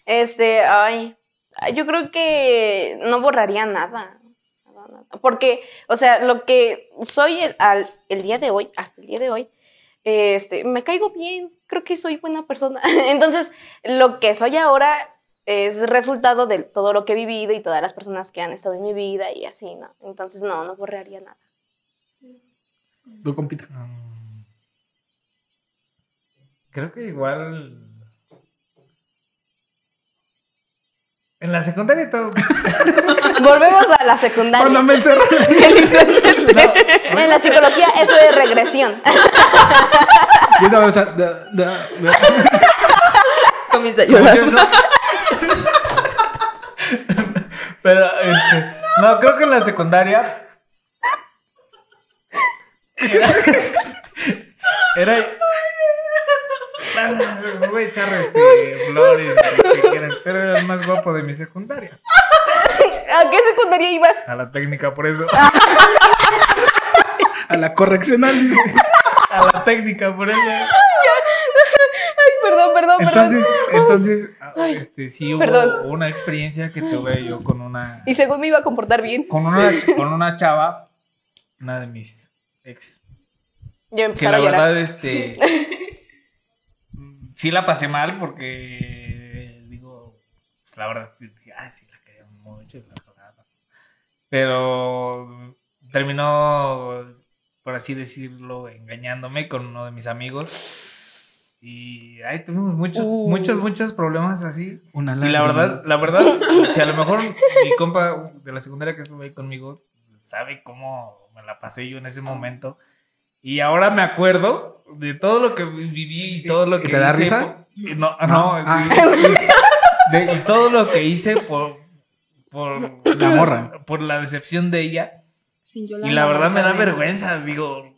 Este, ay, ay, yo creo que no borraría nada. Nada, nada. Porque, o sea, lo que soy el, al- el día de hoy, hasta el día de hoy, este, me caigo bien, creo que soy buena persona. Entonces, lo que soy ahora es resultado de todo lo que he vivido y todas las personas que han estado en mi vida y así, ¿no? Entonces, no, no borraría nada. Tú compita. Mm. Creo que igual. En la secundaria todo. Volvemos a la secundaria. Cuando me encerré. En la psicología eso es regresión. Yo no, o sea, da- da- da- Comienza a Como llorar. que no. Pero, este. No, creo que en la secundaria. Era. era me voy a echar este, flores, lo que quieran, pero era el más guapo de mi secundaria. ¿A qué secundaria ibas? A la técnica, por eso. a la correccional dice. A la técnica, por eso. Ay, perdón, perdón, perdón. Entonces, entonces, ah, este, sí hubo perdón. una experiencia que tuve yo con una, Y según me iba a comportar bien. con una, con una chava, una de mis ex, Yo que la empezaba a llorar. verdad, este, mm, sí la pasé mal porque, digo, pues la verdad, sí dije, ah, sí la quería mucho, y la pagaba. pero terminó, por así decirlo, engañándome con uno de mis amigos. Y ay, tuvimos muchos, Uh. muchos, muchos problemas así. Una Y la lágrima. verdad, la verdad, pues, si a lo mejor mi compa de la secundaria que estuvo ahí conmigo sabe cómo me la pasé yo en ese momento. Y ahora me acuerdo de todo lo que viví y todo lo ¿Y que te da hice risa? por- no, no. Ah. de- de- y todo lo que hice por, por La morra. Por la decepción de ella. Y la verdad me da vergüenza, digo.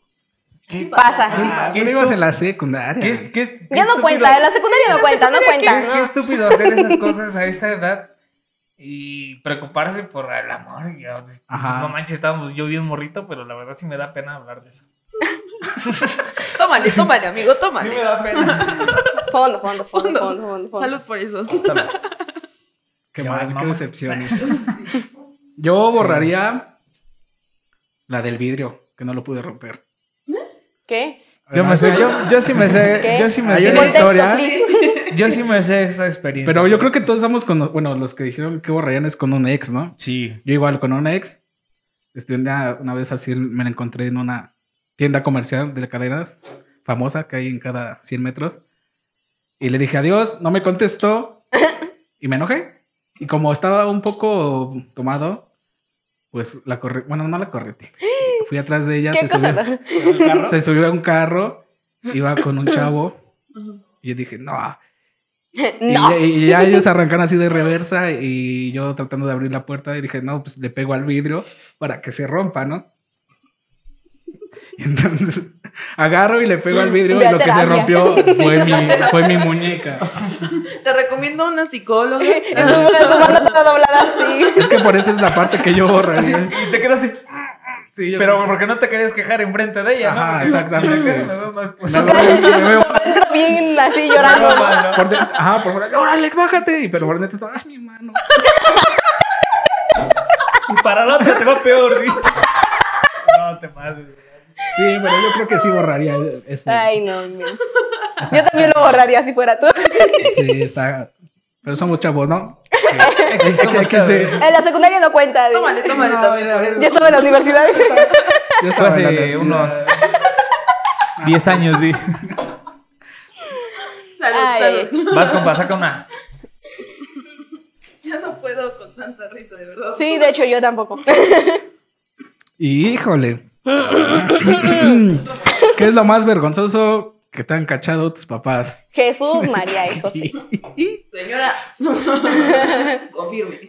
¿Qué, Pasa. Ah, ¿Qué tú no estu- ibas en la secundaria. qué es- qué es- qué Ya no estúpido- cuenta, en la secundaria no cuenta, no cuenta. Qué, qué ¿no? estúpido hacer esas cosas a esa edad y preocuparse por el amor. y, ah, pues, Ajá. no manches, estábamos yo bien morrito, pero la verdad sí me da pena hablar de eso. Tómale, tómale, amigo, Sí tómale. me da pena. Fondo, fondo, fondo, fondo, fondo. fondo. Salud por eso. Qué Ya vas, mal, qué mamá. decepciones. Yo borraría la del vidrio, que no lo pude romper. ¿Qué? Yo, me sé, Además, yo, yo sí me sé, ¿Qué? yo sí me Hay sé, una Contexto, historia. please. yo sí me sé esa experiencia. este- Pero yo creo que todos estamos con, bueno, los que dijeron que borrarían es con un ex, ¿no? sí. Yo igual con un ex, este, un día- una vez así me la encontré en una tienda comercial de cadenas, famosa que hay en cada 100 metros. Y le dije adiós, no me contestó y me enojé. Y como estaba un poco tomado, pues la corrí, bueno, no la correte. Fui atrás de ella, ¿Qué se subió, cosa? se subió a un carro, iba con un chavo y yo dije, no. Y, No. ya, y ya ellos arrancan así de reversa y yo tratando de abrir la puerta y dije, no, pues le pego al vidrio para que se rompa, ¿no? Y entonces agarro y le pego al vidrio Ve y a lo que se terapia. rompió fue mi, fue mi muñeca. Te recomiendo a una psicóloga. Es un- es un mano toda doblada así. Es que por eso es la parte que yo borraría. Y te quedaste. Sí, yo- Pero porque no te querías quejar enfrente de ella, ¿no? Ajá, Porque exactamente. si me quejo, me veo más me posible. veo- me veo- Entro bien así llorando. No, no, no. por de- ajá, por fuera, órale, bájate. Y pero por dentro estaba, ay, mi mano. Y para la otra te va peor. ¿sí? no, te pases. Sí, pero yo creo que sí borraría ese. Ay, no, no. Yo también lo borraría si fuera tú. Sí, está. Pero somos chavos, ¿no? Sí, somos XD. chavos. En la secundaria no cuenta. digo. Tómale, tómale, No, tómale. mira, es- Yo estaba en la universidad. Yo Esto estaba en la hace universidad. unos 10 años, di. Salud, Ay. salud. Vas, compa, saca una. Ya no puedo con tanta risa, de verdad. Sí, de hecho, yo tampoco. Híjole. ¿Qué es lo más vergonzoso que te han cachado tus papás? Jesús, María y José. Señora, confirme.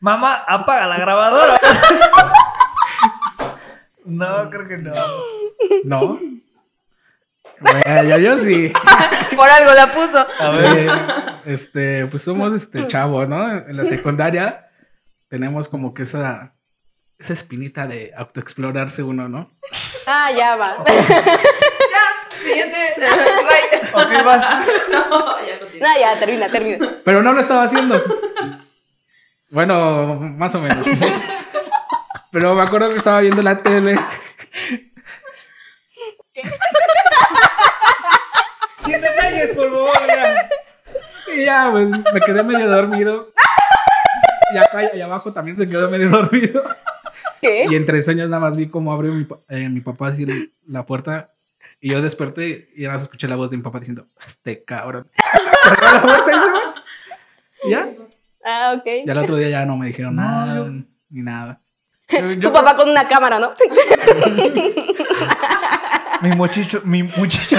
Mamá, apaga la grabadora. No, creo que no. ¿No? Bueno, yo sí. Por algo la puso. A ver. Eh, este, pues somos este chavos, ¿no? En la secundaria tenemos como que esa, esa espinita de autoexplorarse uno, ¿no? Ah, ya va. Siguiente. Ray. Ok, vas. No, ya continúa. No, Ah, ya, termina, termina. Pero no lo estaba haciendo. Bueno, más o menos. Pero me acuerdo que estaba viendo la tele. Sin detalles, por favor. ya. Y ya, pues me quedé medio dormido. Y acá y abajo también se quedó medio dormido. ¿Qué? Y entre sueños nada más vi cómo abrió mi, pa- eh, mi papá así el- la puerta. Y yo desperté y nada más escuché la voz de mi papá diciendo, este cabrón. Cerró la puerta y se fue. Y ya. Ah, Y ok. al otro día ya no me dijeron No, nada, yo- ni nada. Yo- yo- Tu papá con una cámara, ¿no? Mi muchacho, mi muchacho.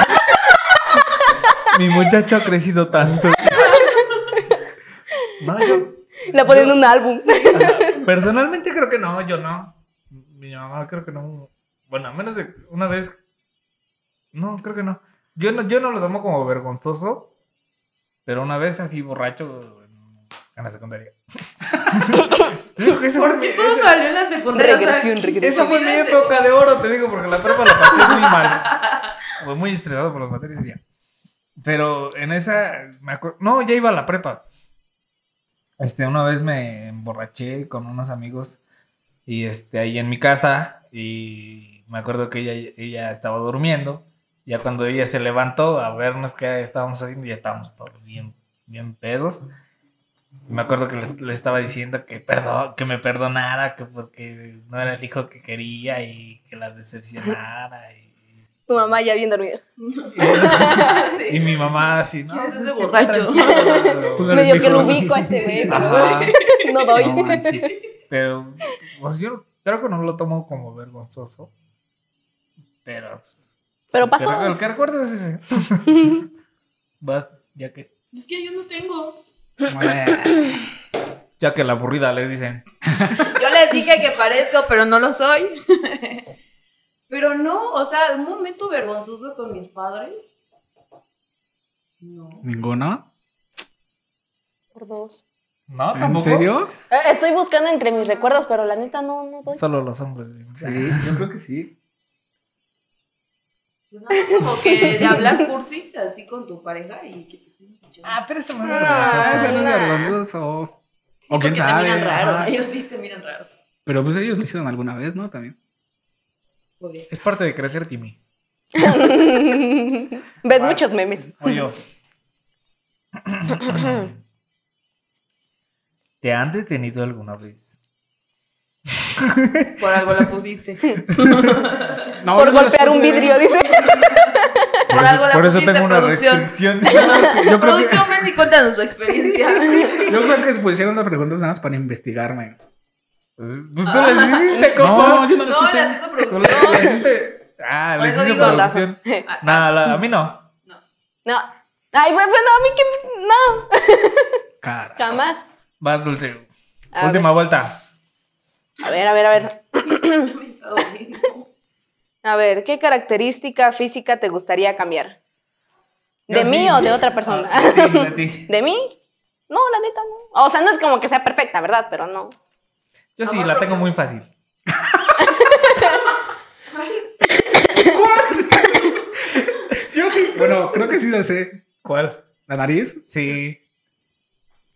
mi muchacho ha crecido tanto. No, yo. La ponen en un álbum. Personalmente creo que no, yo no. Mi mamá creo que no. Bueno, a menos de una vez. No, creo que no. Yo no, yo no lo tomo como vergonzoso, pero una vez así borracho en- en la secundaria. Te digo que ese fue ¿Por mi- qué ese- todo salió en la secundaria? O sea, Regresión, regresión. esa fue mi Imagínense. época de oro, te digo, porque la prepa la pasé muy mal. Fue muy estresado por las materias y ya. Pero en esa, me acuerdo, no, ya iba a la prepa. Este, una vez me emborraché con unos amigos y este, ahí en mi casa y me acuerdo que ella, ella estaba durmiendo. Ya cuando ella se levantó a vernos qué estábamos haciendo, ya estábamos todos bien, bien pedos. Y Me acuerdo que le, le estaba diciendo que, perdón, que me perdonara, que porque no era el hijo que quería y que la decepcionara. Y, Tu mamá ya bien dormida. Sí. y mi mamá así, no. ¿Quién es ese pues que borracho? tranquilo". Tú no eres Medio mi que lo clon. ubico a este güey, Ajá. pero no doy. No manches. Pero, pues yo creo que no lo tomo como vergonzoso. Pero, pues, Pero el que pasó. re- El que recuerdo es ese. Vas, ya que. Es que yo no tengo. Ya que la aburrida le dicen. Yo les dije que parezco, pero no lo soy. Pero no, o sea, un momento vergonzoso con mis padres. No. ¿Ninguno? Por dos. ¿No? ¿En ¿tampoco? serio? Eh, Estoy buscando entre mis recuerdos, pero la neta no, no doy. Solo los hombres. Sí, yo creo que sí. Pues nada, Como que de hablar cursi así con tu pareja y que te estén escuchando. Ah, pero eso no es Ah, vergonzoso. ese no es vergonzoso. O quién Porque sabe. Te miran raro, ¿eh? ajá. ellos sí te miran raro. Pero pues ellos lo hicieron alguna vez, ¿no? También. Podría ser. Es parte de crecer, Timmy. Ves muchos memes. O yo. ¿Te han detenido alguna vez? Por algo la pusiste. No, Por yo no les golpear un Ah, puse. vidrio, dice. Por algo la por eso pusiste, tengo una producción. restricción. Yo creo, que, Producción, ven y cuéntanos tu experiencia. Yo creo que se pusieron las preguntas nada más para investigarme. pues pues tú les hiciste, compa. No, yo no No, les las hice. hizo Tú les producción. hiciste. Ah, Por les eso hice digo, producción. Nada, la- a mí no. No. No. Ay, bueno, a mí que. No, Cara. jamás. Vas, Dulce. A Última vuelta. A ver, a ver, a ver. Me está doliendo. A ver, ¿qué característica física te gustaría cambiar? ¿De Yo sí. mí o de otra persona? Ah, de ti, de ti. ¿De mí? No, la neta no. O sea, no es como que sea perfecta, ¿verdad? Pero no. Yo sí, la tengo muy fácil. Yo sí. Bueno, creo que sí la sé. ¿Cuál? La nariz. Sí.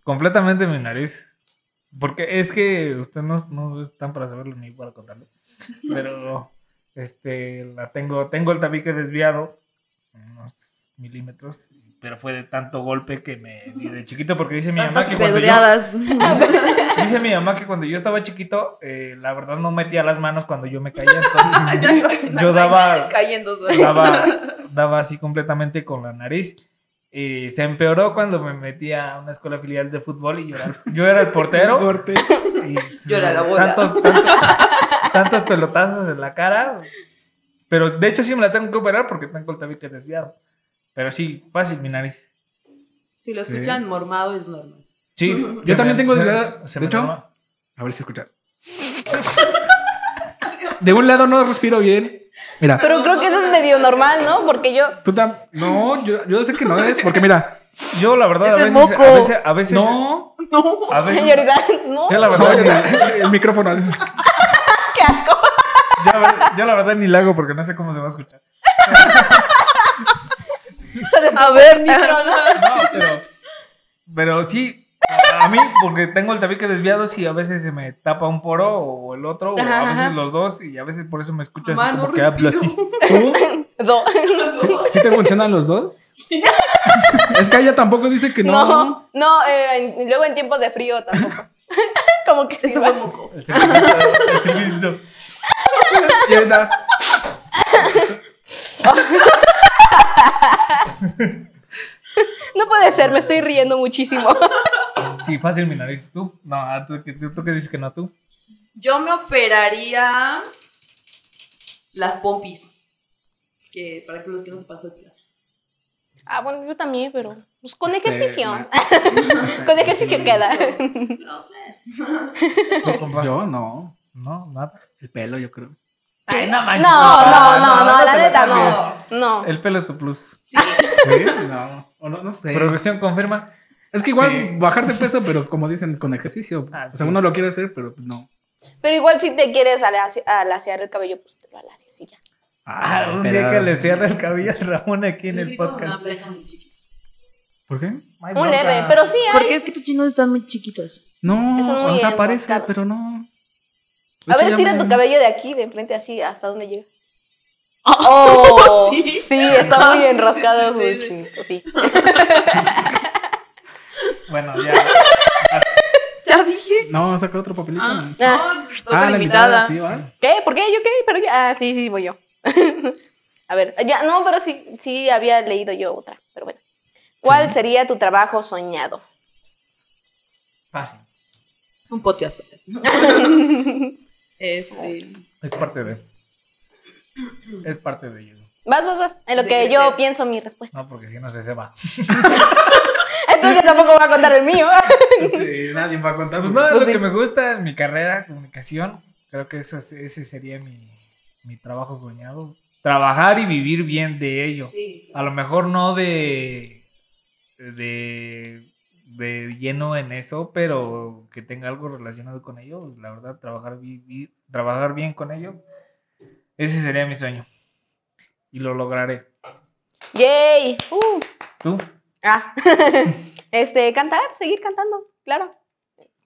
Completamente mi nariz. Porque es que usted no, no es tan para saberlo ni para contarlo. Pero este la tengo, tengo el tabique desviado, unos milímetros, pero fue de tanto golpe que me di de chiquito porque dice mi mamá que Tantas cuando yo, pedreadas. dice mi mamá que cuando yo estaba chiquito, eh, la verdad no metía las manos cuando yo me caía. entonces yo daba Cayendo daba, daba así completamente con la nariz. Y se empeoró cuando me metí a una escuela filial de fútbol y yo era, yo era el portero. Corte. y, pues, Yo era la bola. Tantos, tantos- tantos pelotazos en la cara. Pero de hecho sí me la tengo que operar porque tengo el tabique desviado. Pero sí, fácil mi nariz. Si lo Sí. escuchan mormado es normal. Sí, Yo también tengo desviada, desviado de hecho. A ver si escuchas. De un lado no respiro bien. Mira, Pero creo que eso es medio normal, ¿no? Porque yo. tú tam... No, yo, yo sé que no es, porque mira, Yo la verdad Es a el veces, moco. a veces, a veces, no, a veces- Señorita, no. yo la no, verdad, el, el micrófono. ¡Qué asco! yo- yo la verdad ni la hago porque no sé cómo se va a escuchar. Se A descompone ver, el micro, ¿no? No, pero, pero sí, a mí, porque tengo el tabique desviado, sí, a veces se me tapa un poro o el otro, o Ajá, a veces ajá. los dos, y a veces por eso me escucho Mamá, así como no que habla así. respiro. ¿Tú? Do- ¿Sí, sí te funcionan los dos? Es que ella tampoco dice que no. No, no, eh, en- luego en tiempos de frío tampoco. Como que sí. Esto va. fue moco. El silbido, el silbido. Y ahorita, No puede ser, me estoy riendo muchísimo. Sí, fácil mi nariz, tú. No, ah, tú, que- tú que dices que no, tú. Yo me operaría las pompis. Que para que los que no sepan soy plana. Ah, bueno, yo también, pero. Pues con Este, ejercicio. no. con ejercicio queda. Tú, compa. Yo no. No, nada. El pelo, yo creo. Ay, no No, manches. Ah, no, no, no, la te neta cambies. no. No. El pelo es tu plus. Sí, no. O no, no sé. Progresión confirma. es que igual Sí. bajar de peso, pero como dicen, con ejercicio. Ah, o sea, sí. uno lo quiere hacer, pero no. Pero igual si te quieres alaci- alaciar el cabello, pues te lo alacias y ya. Ah, un día que le cierra el cabello a Ramón aquí en el podcast. ¿Por qué? Ay, Un bronca. leve, pero sí hay. Porque es que tus chinos están muy chiquitos. No, Son muy o sea, parece, enroscados. pero no. De A ver, hecho, ya estira me- tu cabello de aquí, de enfrente, así, hasta dónde llega. Oh, sí. está muy enroscado Sí, sí. su chinito, sí. Bueno, ya. Ya dije. No, saca otro papelito. Ah, Ah. no, toca la invitada. sí, va. ¿Qué? ¿Por qué? ¿Yo qué? Pero ya, ah, sí, sí, voy yo. A ver, ya, no, pero sí, sí había leído yo otra, pero bueno. ¿Cuál sería tu trabajo soñado? Fácil. Un podcast. este. Es parte de. Es parte de ello. Vas, vas, vas, en lo De que crecer. yo pienso mi respuesta. No, porque si no se se va. Entonces yo tampoco voy a contar el mío. Sí, nadie va a contar. Pues no, es Pues lo sí. que me gusta en mi carrera, comunicación. Creo que eso es- ese sería mi, mi trabajo soñado. Trabajar y vivir bien de ello. Sí. A lo mejor no de, de, de lleno en eso, pero que tenga algo relacionado con ello. pues, La verdad, trabajar, vivir, trabajar bien con ello. Ese sería mi sueño. Y lo lograré. Yay. Uh. ¿Tú? Ah. este, cantar, seguir cantando, claro.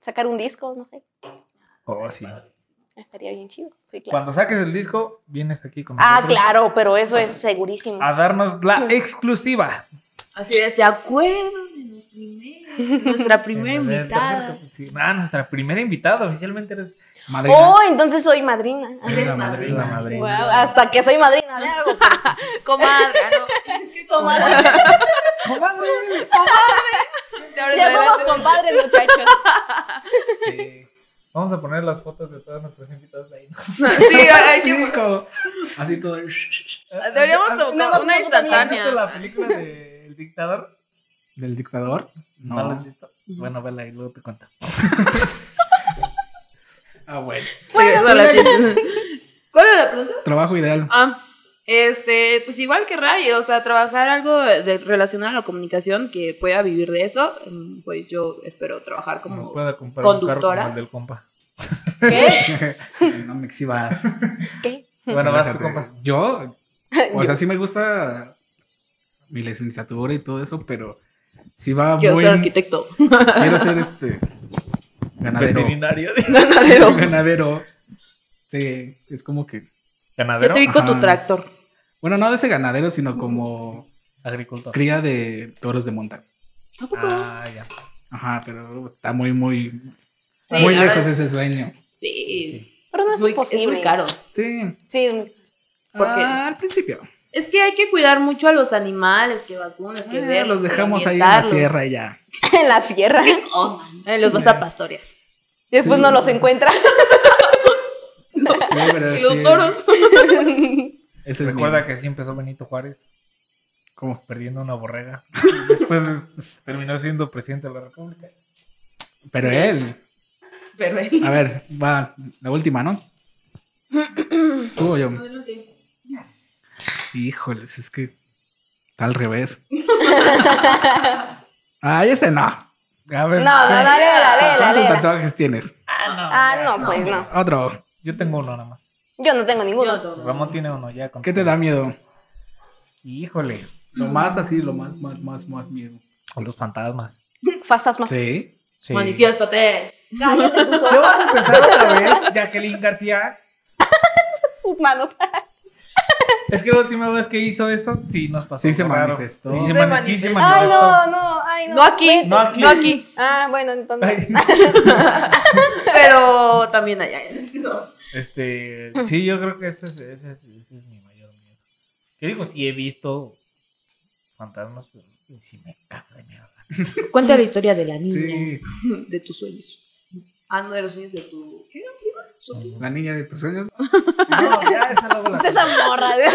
Sacar un disco, no sé. Oh, sí. Estaría bien chido. Sí, claro. Cuando saques el disco, vienes aquí con Ah, nosotros claro, pero eso es segurísimo. a darnos la exclusiva. Así de, ¿se acuerdan de los primeros- nuestra primera En el invitada? tercer cap- sí. Ah, nuestra primera invitada oficialmente eres Madre. Oh, entonces soy madrina. Es la madre. la madrina. Guau, hasta que soy madrina de algo. Comadre, ah, ¿Qué comadre? ¡Comadre! no. Ya somos compadres, muchachos. Sí. Vamos a poner las fotos de todas nuestras invitadas ahí. ¿no? Sí, hay que- Sí, como- Así todo. Deberíamos ¿Has- tocar Nada más una una foto mía, has visto instantánea. la película de El Dictador? ¿Del dictador? No. ¿No la has visto? Bueno, vela y luego te cuento. Ah, bueno. Sí, no, la sí. ¿Cuál era la pregunta? Trabajo ideal. Ah, este, pues igual que Ray, o sea, trabajar algo de- relacionado a la comunicación que pueda vivir de eso, mm, pues yo espero trabajar No como... puedo comprar un carro conductora. como el del compa. ¿Qué? no me exhibas. ¿Qué? Bueno, vas tu Fíjate, compa. Yo, o sea, sí me gusta mi licenciatura y todo eso, pero sí va Quiero pues, muy. ser arquitecto. quiero ser este. Ganadero. Veterinario. Ganadero. Ganadero. Sí, es como que. Yo Ganadero. te ubico tu Ajá. tractor. Bueno, no de ese ganadero, sino como Agricultor. cría de toros de montaña. ¿A poco? Ah, ya. Ajá, pero está muy, muy. Sí, muy la verdad lejos es- ese sueño. Sí. Pero no es, Es muy, es imposible. muy caro. Sí. Sí, es muy- ¿Por qué? Ah, al principio. Es que hay que cuidar mucho a los animales, que vacunas, que Eh, verlos, los que dejamos ahí en la ambientarlos. sierra y ya. en la sierra. Oh, eh, los vas a pastorear. Después Sí. no los encuentra. Sí, pero Y los sí, toros. Ese es Recuerda Recuerda que así empezó Benito Juárez, ¿Cómo? perdiendo una borrega. Y Después es- es- terminó siendo presidente de la República. Pero él. Pero eh, A ver, va la última, ¿no? Tú o yo. Híjoles, es que está al revés. Ay, este no. A ver. No, no, no, léela, léela, ¿Cuántos léela. tatuajes tienes? Ah, no. Ah, no, pues no. Otro. Yo tengo uno nada más. Yo no tengo yo ninguno. todo. Ramón tiene uno ya. con- ¿Qué te da miedo? Híjole. Lo más así, lo más, más, más, más miedo. Con los fantasmas. Fantasmas. Sí. Sí. Manifiéstate. Cállate tus ¿Le ojos, vas a empezar otra vez, Jacqueline García? sus manos. Es que la última vez que hizo eso, sí nos pasó. Sí se algo raro. manifestó. Sí, se Se mani- manifestó. sí se Ay, manifestó. no, no, ay, no. No aquí, Vete. no aquí, no aquí. Ah, bueno, entonces. Ay, Pero también allá. Este, sí, yo creo que ese es, ese es, ese es mi mayor miedo. Yo digo, sí he visto fantasmas, pero sí me cago de mierda. Cuenta la historia de la Sí. de tus sueños. Ah, no, de los sueños de tu. ¿Qué? ¿Qué iba? ¿Sueño? La niña de tus sueños. No, ya, esa luego la Es esa morra. de-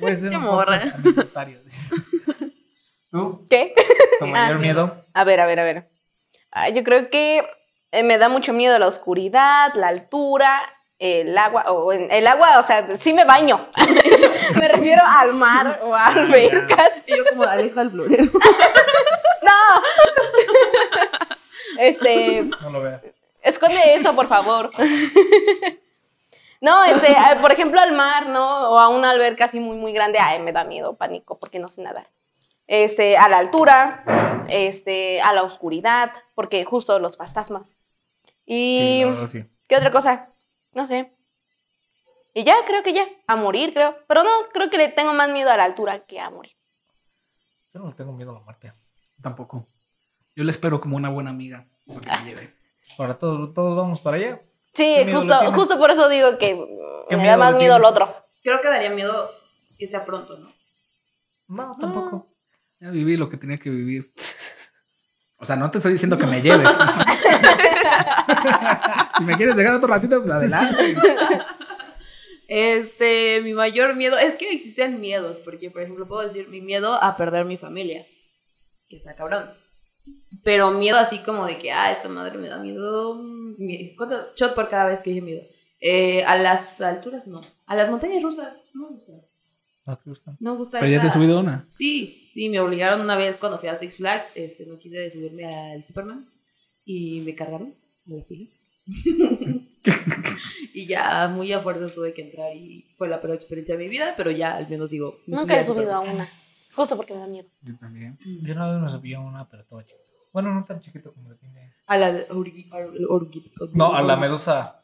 Puede ser Qué un morra. podcast anecdotario. ¿Tú? ¿Qué? ¿Tu mayor miedo? A ver, a ver, a ver. Ah, yo creo que eh, me da mucho miedo la oscuridad, la altura, el agua. O en- el agua, o sea, sí me baño. me refiero al mar o a albercas. Y yo como Aleja al florero. ¡No! este. No lo veas. Esconde eso, por favor. No, este, eh, por ejemplo, al mar, ¿no? O a una alberca así muy, muy grande, ay, me da miedo, pánico, porque no sé nadar. Este, a la altura, este, a la oscuridad, porque justo los fantasmas. Sí, Y, la Oh, verdad, sí. ¿qué otra cosa? No sé. Y ya, creo que ya, a morir, creo. Pero no, creo que le tengo más miedo a la altura que a morir. Yo no le tengo miedo a la muerte. Tampoco. Yo le espero como una buena amiga. Porque me lleve. Ahora todos, todos vamos para allá. Sí, ¿Qué miedo le justo, tienes? justo por eso digo que ¿Qué me da más le miedo lo tienes? otro. Creo que daría miedo que sea pronto, ¿no? No, tampoco. Ya viví lo que tenía que vivir. O sea, no te estoy diciendo que me lleves. si me quieres dejar otro ratito, pues adelante. Este, mi mayor miedo, es que existen miedos, porque por ejemplo puedo decir mi miedo a perder mi familia, que está cabrón. Pero miedo así como de que, ah, esta madre me da miedo. mm, mi- ¿Cuánto shot por cada vez que dije miedo? Eh, a las alturas no, a las montañas rusas, no me gusta. No te gustan. No me gusta Pero ya te he esa- subido una. Sí, sí, me obligaron una vez cuando fui a Six Flags, este, no quise subirme al Superman y me cargaron, me despidieron. y ya muy a fuerzas tuve que entrar y fue la peor experiencia de mi vida, pero ya al menos digo, me subí Nunca he al subido a Superman. una. Justo porque me da miedo. Yo también. Yo una vez me subí a una, pero estaba chiquito. Bueno, no tan chiquito como la tiene. Uh. a la orgui- or- orgui- pues, orgui- No, a la medusa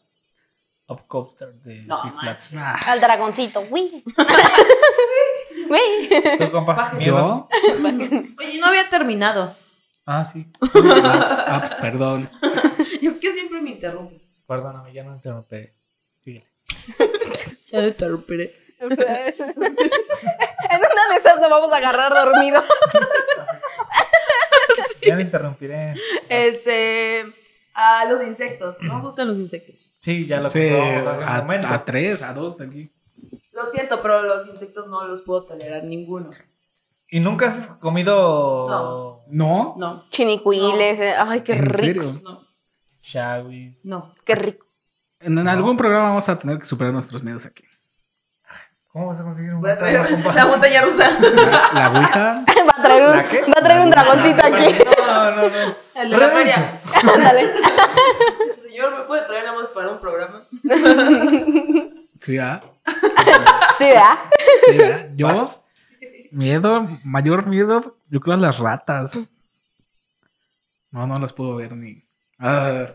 upcoaster de No, Six Flags. Ah, Al dragoncito, uy. Uy. ¿Tú, compa? yo. ¿Miedo? Oye, no había terminado. Ah, sí. Ups, ups, perdón. Es que siempre me interrumpe. Perdóname, ya no interrumpí. Síguele. Ya me interrumpiré. en una de esas nos vamos a agarrar dormido. Ya no interrumpiré. Este, a los insectos, no me gustan los insectos. Sí, ya lo Sí, comprobamos hace un a, momento. a tres, a dos aquí. Lo siento, pero los insectos no los puedo tolerar ninguno. ¿Y nunca has comido No. No. No, Chinicuiles, eh, ay, qué ¿En rico. serio? no, shawis? no. Qué rico. En, en algún programa vamos a tener que superar nuestros miedos aquí. ¿Cómo vas a conseguir un Voy a traer fantasma, compa? la montaña rusa. La, la ouija. Va a traer un, ¿La qué? Ah, va a traer un dragoncito aquí. No, no, no. El de la Regreso. feria. Ándale. Señor, ¿me puede traer nada más para un programa? Sí, ah. Sí, ¿verdad? Sí, ah. Yo. Miedo, mayor miedo, Mm. yo creo a las ratas. No, no las puedo ver ni. Ah,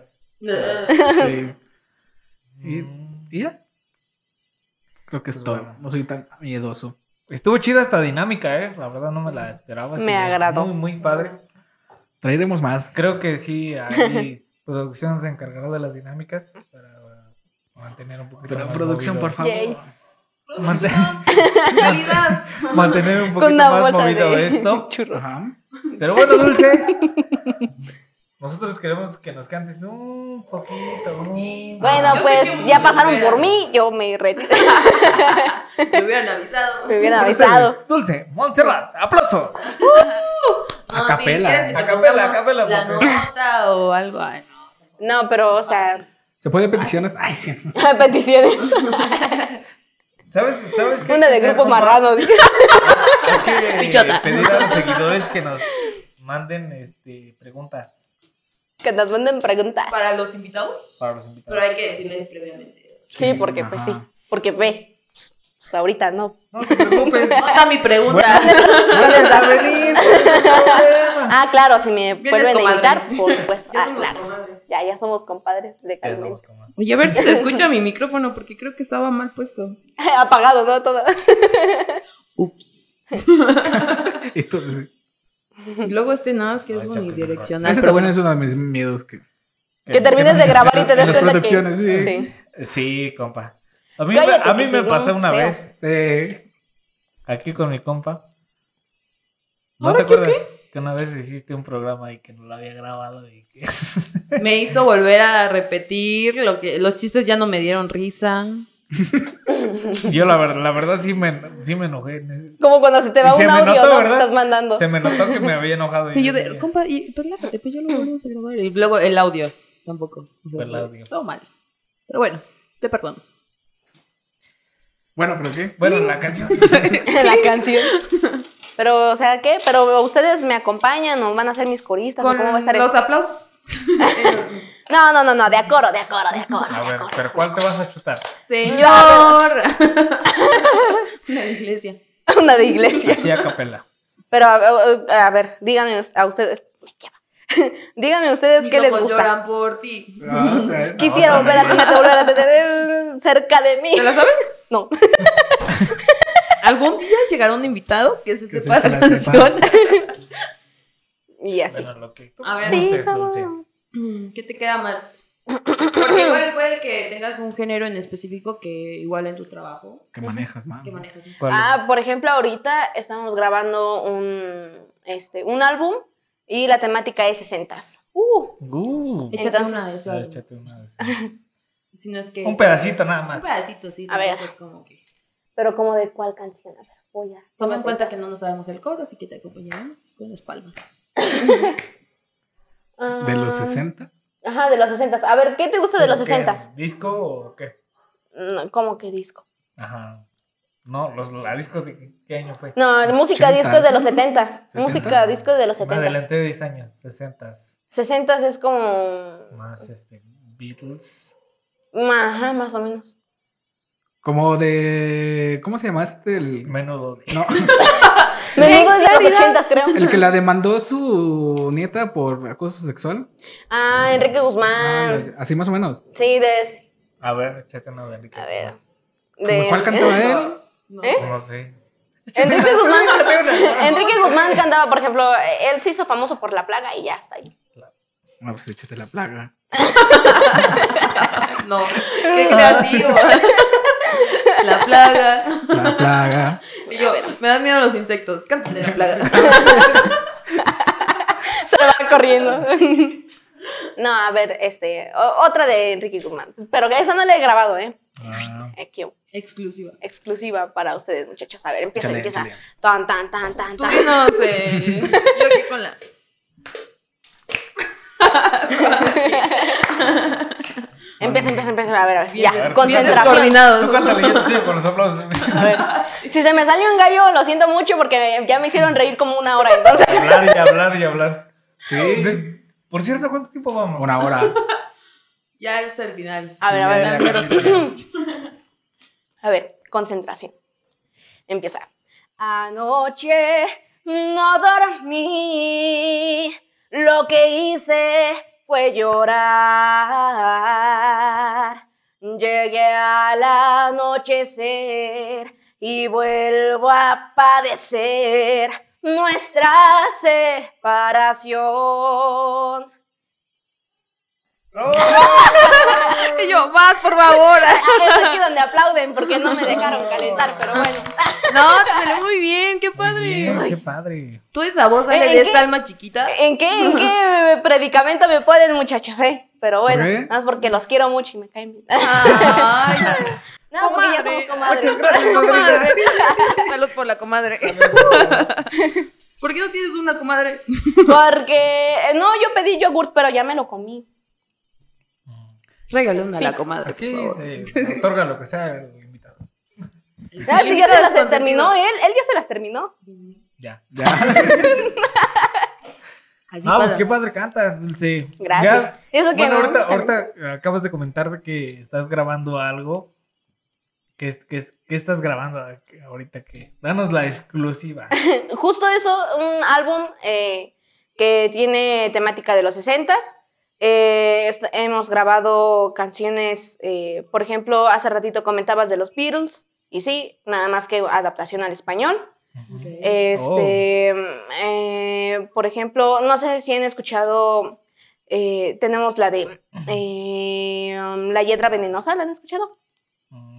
Sí. Y, Mm. y ya. Creo que es Pues todo. bueno. No soy tan miedoso. Estuvo chida esta dinámica, ¿eh? La verdad no me la esperaba. Me estuvo agradó. Muy, muy padre. Traeremos más. Creo que sí, ahí producción se encargará de las dinámicas para mantener un poquito Pero más producción, movido. por favor. Yay. Mante- Calidad. mantener un poquito Con una más bolsa movido de esto. churros. Ajá. Pero bueno, Dulce. Nosotros queremos que nos cantes un poquito. un- Bueno, Yo sé pues que ya muy pasaron buena. por mí, yo me retiro. Me hubieran avisado. Me hubieran Con avisado. ustedes, Dulce, Montserrat, aplausos. No, A capela. ¿quieres que te A capela, a pongamos capela, La porque- nota o algo. Ay, no. No, pero, o sea, ¿Se pueden peticiones? Ay, peticiones. ¿Sabes, ¿Sabes qué? hay Una que de hacer, grupo Juanpa? marrano. dije. Hay que Pichota. pedir a los seguidores que nos manden este, preguntas Que nos manden preguntas. Para los invitados. para los Pero invitados. hay que decirles previamente. Sí, porque, pues sí. ajá. Porque ve, pues, pues, ahorita no. No te preocupes. Nota mi pregunta. Vuelves a venir. no hay problema. Ah, claro, si me Vienes, vuelven a comadre. invitar, por supuesto. Ya Ah, somos claro. comadres. Ya, ya somos compadres de Ya Carmen. somos como- Oye, a ver si se escucha mi micrófono porque creo que estaba mal puesto. Apagado, ¿no? Todo. Eh, Ups. entonces, Y luego este nada más que es Ay, chaca, unidireccional. ese pero también es uno de mis miedos. Que, Que termines de grabar y te en des las cuenta que... producciones, sí. Sí, compa. A mí, Cállate, me, a mí que me si pasó no, una feo. vez Sí. aquí con mi compa. ¿No ¿Ahora te qué, acuerdas que una vez hiciste un programa y que no lo había grabado? Y que... Me hizo volver a repetir lo que los chistes ya no me dieron risa. Yo la, ver- la verdad sí me, sí me enojé. en ese- Como cuando se te Y va se un me audio, notó, ¿no? Que ¿verdad? estás mandando. Se me notó que me había enojado. y Sí, yo ese de, día. compa, y, relájate, pues ya lo volvemos a grabar. Y luego el audio tampoco. O sea, Fue el audio. Todo mal. Pero bueno, te perdono. Bueno, pero ¿qué? Bueno, la canción. la canción. Pero, o sea, ¿qué? Pero ustedes me acompañan o van a ser mis coristas. ¿O Con ¿Cómo va a los ser eso? aplausos. No, no, no, no, de acoro, de acoro, de acoro. A de ver, acoro. pero ¿cuál te vas a chutar? Señor. Una iglesia. Una de iglesia. Así a capela. Pero, a, ver, a ver, díganme a ustedes. Díganme ustedes qué les ojos gusta. lloran por ti. Ah, otra vez. Quisiera Ahora volver a me- tenerte, volver a tener cerca de mí. ¿Te la sabes? No. ¿Algún día llegará un invitado que se Que sepa se la la sepa. canción? Y así. Bueno, lo que tú A ver. gustes, Sí, Dulce. cómo Mm, ¿Qué te queda más? Porque igual puede que tengas un género en específico que igual en tu trabajo ¿Qué Ah, manejas, man? que manejas. ¿no? ¿Cuál es? Ah, por ejemplo, ahorita estamos grabando un, este, un álbum y la temática es 60. Uh, Uh, Échate Entonces, una de a ver, esas. échate una de esas. Si no es que Un pedacito nada un más. pedacito, sí. A tampoco ver. es como que- pero como de cuál canción. A ver, voy a. Toma en cuenta que no nos sabemos el coro, así que te acompañaremos con las palmas. Ah, ¿De los 60? Ajá, de los 60. A ver, ¿qué te gusta de los ¿Qué, 60? ¿Disco o qué? No, ¿Cómo que disco? Ajá. No, los, la disco de qué año fue. No, Los música 80s. disco es de los 70. Música 70s. disco es de los Me 70. adelanté 10 años, 60 60 es como. más este Beatles. Ajá, más o menos. Como de. ¿Cómo se llamaste? El. Menudo. No, Menudo es de los 80, creo. el que la demandó su nieta por acoso sexual. Ah, Enrique Guzmán. Ándale, Así más o menos. Sí, de ese. A ver, échate una de Enrique. A ver. ¿Como ¿Cuál cantaba eh? él? No. No sé. Enrique Guzmán, Enrique Guzmán cantaba, por ejemplo, él se hizo famoso por La Plaga y ya está ahí. Ah, pues échate la plaga. No, qué creativo. la plaga. La plaga. Y yo, me dan miedo los insectos. Cántale la plaga. Se va corriendo. No, a ver, este, o- otra de Enrique Guzmán. Pero que esa no la he grabado, ¿eh? Ah, Aquí, Exclusiva. exclusiva para ustedes, muchachos. A ver, empieza, Échale, empieza. échale. Tan, tan, tan, tan, Tú tan. no sé. Yo aquí con la. Empieza, empieza, empieza. A ver, a ver. Ya, Bien, bien concentración. descoordinados. Tú cántale, yo te sigo con los aplausos. A ver. Si se me sale un gallo, lo siento mucho porque ya me hicieron reír como una hora. Entonces, hablar y hablar y hablar. Sí. De- por cierto, ¿cuánto tiempo vamos? Una hora. Ya es el final. a ver, a Ya, ver. ya, a ver. ya. A ver, concentración. Empieza. Anoche no dormí. Lo que hice fue llorar. Llegué al anochecer y vuelvo a padecer nuestra separación. ¡Oh, Y yo, vas, por favor. Ah, Es aquí donde aplauden porque no me dejaron calentar, pero bueno. No, te salió muy bien, qué padre. Bien, qué padre. Tú esa voz sale Eh, ¿En de qué? esta alma chiquita. ¿En qué, en qué predicamento me ponen, muchachos? eh? Pero bueno, ¿Por qué? nada más porque los quiero mucho y me caen bien. Ay, No, porque ya Comadre. somos comadres. comadre. Salud por la comadre. ¿Por qué no tienes una comadre? Porque, eh, no, yo pedí yogurt, pero ya me lo comí. Regale una a la Sí. comadre. por Aquí favor. se otorga lo que sea el invitado. Ah, sí, ya se las Consentido. terminó él, él ya se las terminó. Ya. Ya. Así Ah, pues pasa. qué padre cantas, Dulce. Gracias. Ya- Eso que bueno, no, ahorita, no, ahorita eh, acabas de comentar de que estás grabando algo. ¿Qué, es- qué, es- qué estás grabando ahorita? Que, danos la exclusiva. Justo eso, un álbum eh, que tiene temática de los 60s. Eh, est- hemos grabado canciones, eh, por ejemplo, hace ratito comentabas de los Beatles, y sí, nada más que adaptación al español. Ok. Oh. Este, eh, por ejemplo, no sé si han escuchado, eh, tenemos la de eh, um, La Hiedra Venenosa, ¿la han escuchado? Mm,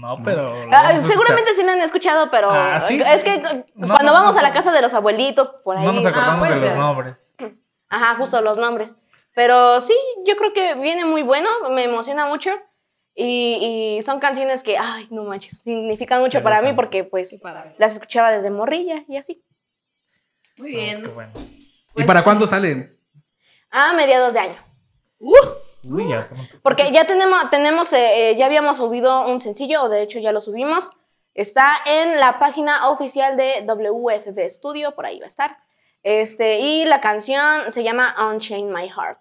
No, pero. Ah, seguramente sí la han escuchado, pero Ah, ¿sí? es que cu- No, no, cuando vamos no, a la no. casa de los abuelitos, por ahí, ah, No nos acorda- acordamos Ah, de puede los ser. nombres. ajá, justo los nombres. Pero sí, yo creo que viene muy bueno, me emociona mucho. Y, y son canciones que, ay, no manches, significan mucho Pero para mí también. porque Qué pues padre. las escuchaba desde morrilla y así. Muy No, es que bien. bueno. ¿Y Pues para cuándo sale? A mediados de año. Uh, Uy, ya pronto. Porque ya tenemos, tenemos eh, eh, ya habíamos subido un sencillo, o de hecho ya lo subimos. Está en la página oficial de WFB Studio, por ahí va a estar. Este, y la canción se llama Unchain My Heart.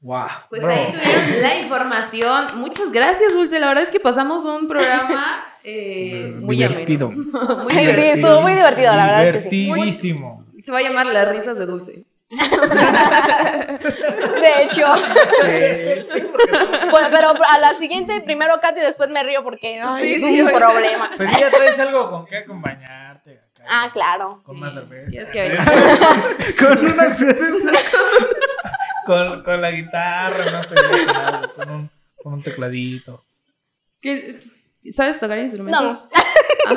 Wow. pues Bravo. ahí tuvieron la información. Muchas gracias, Dulce. La verdad es que pasamos un programa eh, muy Mm, divertido. ameno. Muy Sí, divertido. estuvo muy divertido, la verdad es que sí. Divertidísimo. Se va a llamar Las risas de Dulce. De hecho. Bueno, pero a la siguiente, primero Katy, después me río porque ay, Sí, es sí, un ahorita. problema. Pues sí, ya traes algo con qué acompañarte. acá. Ah, claro. Con más cerveza. Y es que- Con una cerveza. con, con la guitarra, no sé. algo, Con un, con un tecladito. ¿Qué- ¿Sabes tocar instrumentos? No.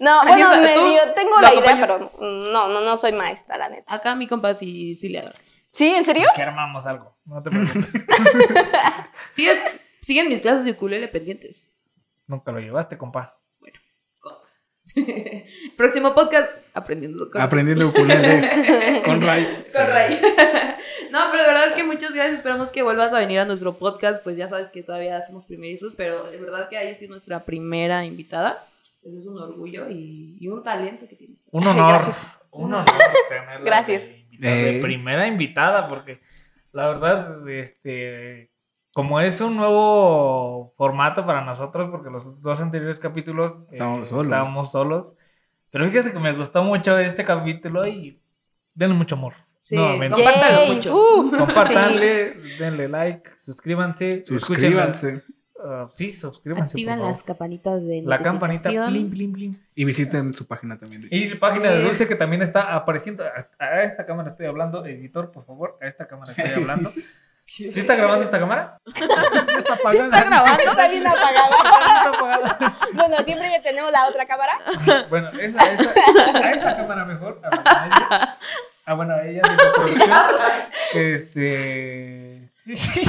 No, bueno, Ayuda, tú medio, tengo lo la idea, acompañas. pero mm, no, no, no soy maestra, la neta. Acá mi compa sí, sí le adora. ¿Sí? ¿En serio? Que armamos algo. No te preocupes. Sí, es- siguen mis clases de ukulele pendientes. Nunca lo llevaste, compa. Cosa. Próximo podcast, aprendiendo con, Aprendiendo ukulele. Con Ray. con Ray. no, pero de verdad que muchas gracias. Esperamos que vuelvas a venir a nuestro podcast. Pues ya sabes que todavía somos primerizos, pero de verdad que ahí sí nuestra primera invitada. Pues es un orgullo y, y un talento que tienes. Un honor. Gracias. Un honor tenerla. Gracias. de invitada, de Eh. primera invitada, porque la verdad, este. Como es un nuevo formato para nosotros, porque los dos anteriores capítulos eh, Estábamos solos. estábamos solos. Pero fíjate que me gustó mucho este capítulo y denle mucho amor. Sí, Nuevamente. compa- Compártalo Yay, mucho. uh, Compártanle, denle like, suscríbanse. escúchenla. Suscríbanse. Ah, sí, suscríbanse. Activan por favor. las campanitas de La campanita. notificación. bling, bling, bling. Y visiten su página también. de- Y su página de Sí. Dulce que también está apareciendo. A, a esta cámara estoy hablando, editor, por favor. A esta cámara estoy hablando. ¿Sí está grabando este esta cámara? Está apagada. Está grabando, está bien apagada. Está apagada. Bueno, siempre ya tenemos la otra cámara. bueno, esa, esa, a esa cámara mejor. A la de ella. Ah, bueno, a ella de la producción. Que este.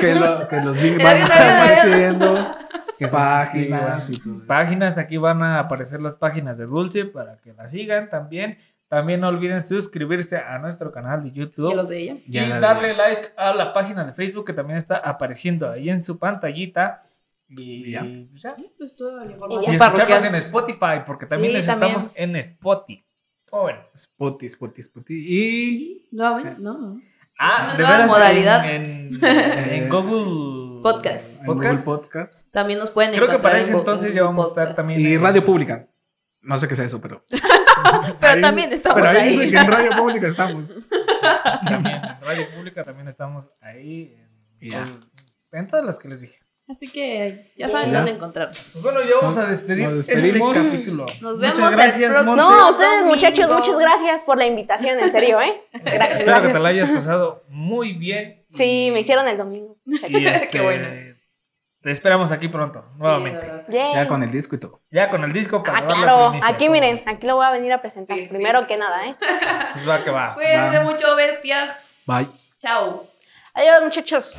Que, lo- que los links Ya, van a ya, estar ya, ya. apareciendo. Que se Páginas y suscriban. todo. eso. páginas. Aquí van a aparecer las páginas de Dulce para que la sigan también. También no olviden suscribirse a nuestro canal de YouTube. Y los de ella. Ya y la- darle like a la página de Facebook que también está apareciendo ahí en su pantallita. Y Ya. pues, ya. Pues toda la Y información escucharnos parroquial. en Spotify, porque también Sí, les también. estamos en Spotify. Oh, bueno. Spotify, Spotify, Spotify. Y Nuevamente, no. Ah, Una de nueva veras. modalidad. En, en- en Google Podcast. en Google Podcast. Podcast. También nos pueden Creo que encontrar para ese en Go- entonces en ya vamos a estar podcast. también. Y en- Radio Pública. No sé qué sea eso, pero. Pero Ahí- también estamos Pero ahí ahí. dice que en radio pública estamos. También en Radio Pública también estamos ahí. En, Ya. en todas las que les dije. Así que ya saben Ya. dónde encontrarnos. Pues bueno, ya vamos a despedir Nos este despedimos. capítulo. Nos Muchas vemos el gracias, próximo- Monse. Sí, No, ustedes domingo. muchachos, muchas gracias por la invitación, en serio, ¿eh? Gracias, Espero que te la gracias. hayas pasado muy bien. Sí, me hicieron el domingo. Y este, Qué bueno. Te esperamos aquí pronto, nuevamente. Sí, de verdad. Yay. Ya con el disco y todo. ya con el disco para Ah, dar la claro. primicia, Aquí como- miren, aquí lo voy a venir a presentar. Sí, sí. Primero que nada, ¿eh? Pues va que va. Cuídense Bye. mucho, bestias. Bye. Chao. Adiós, muchachos.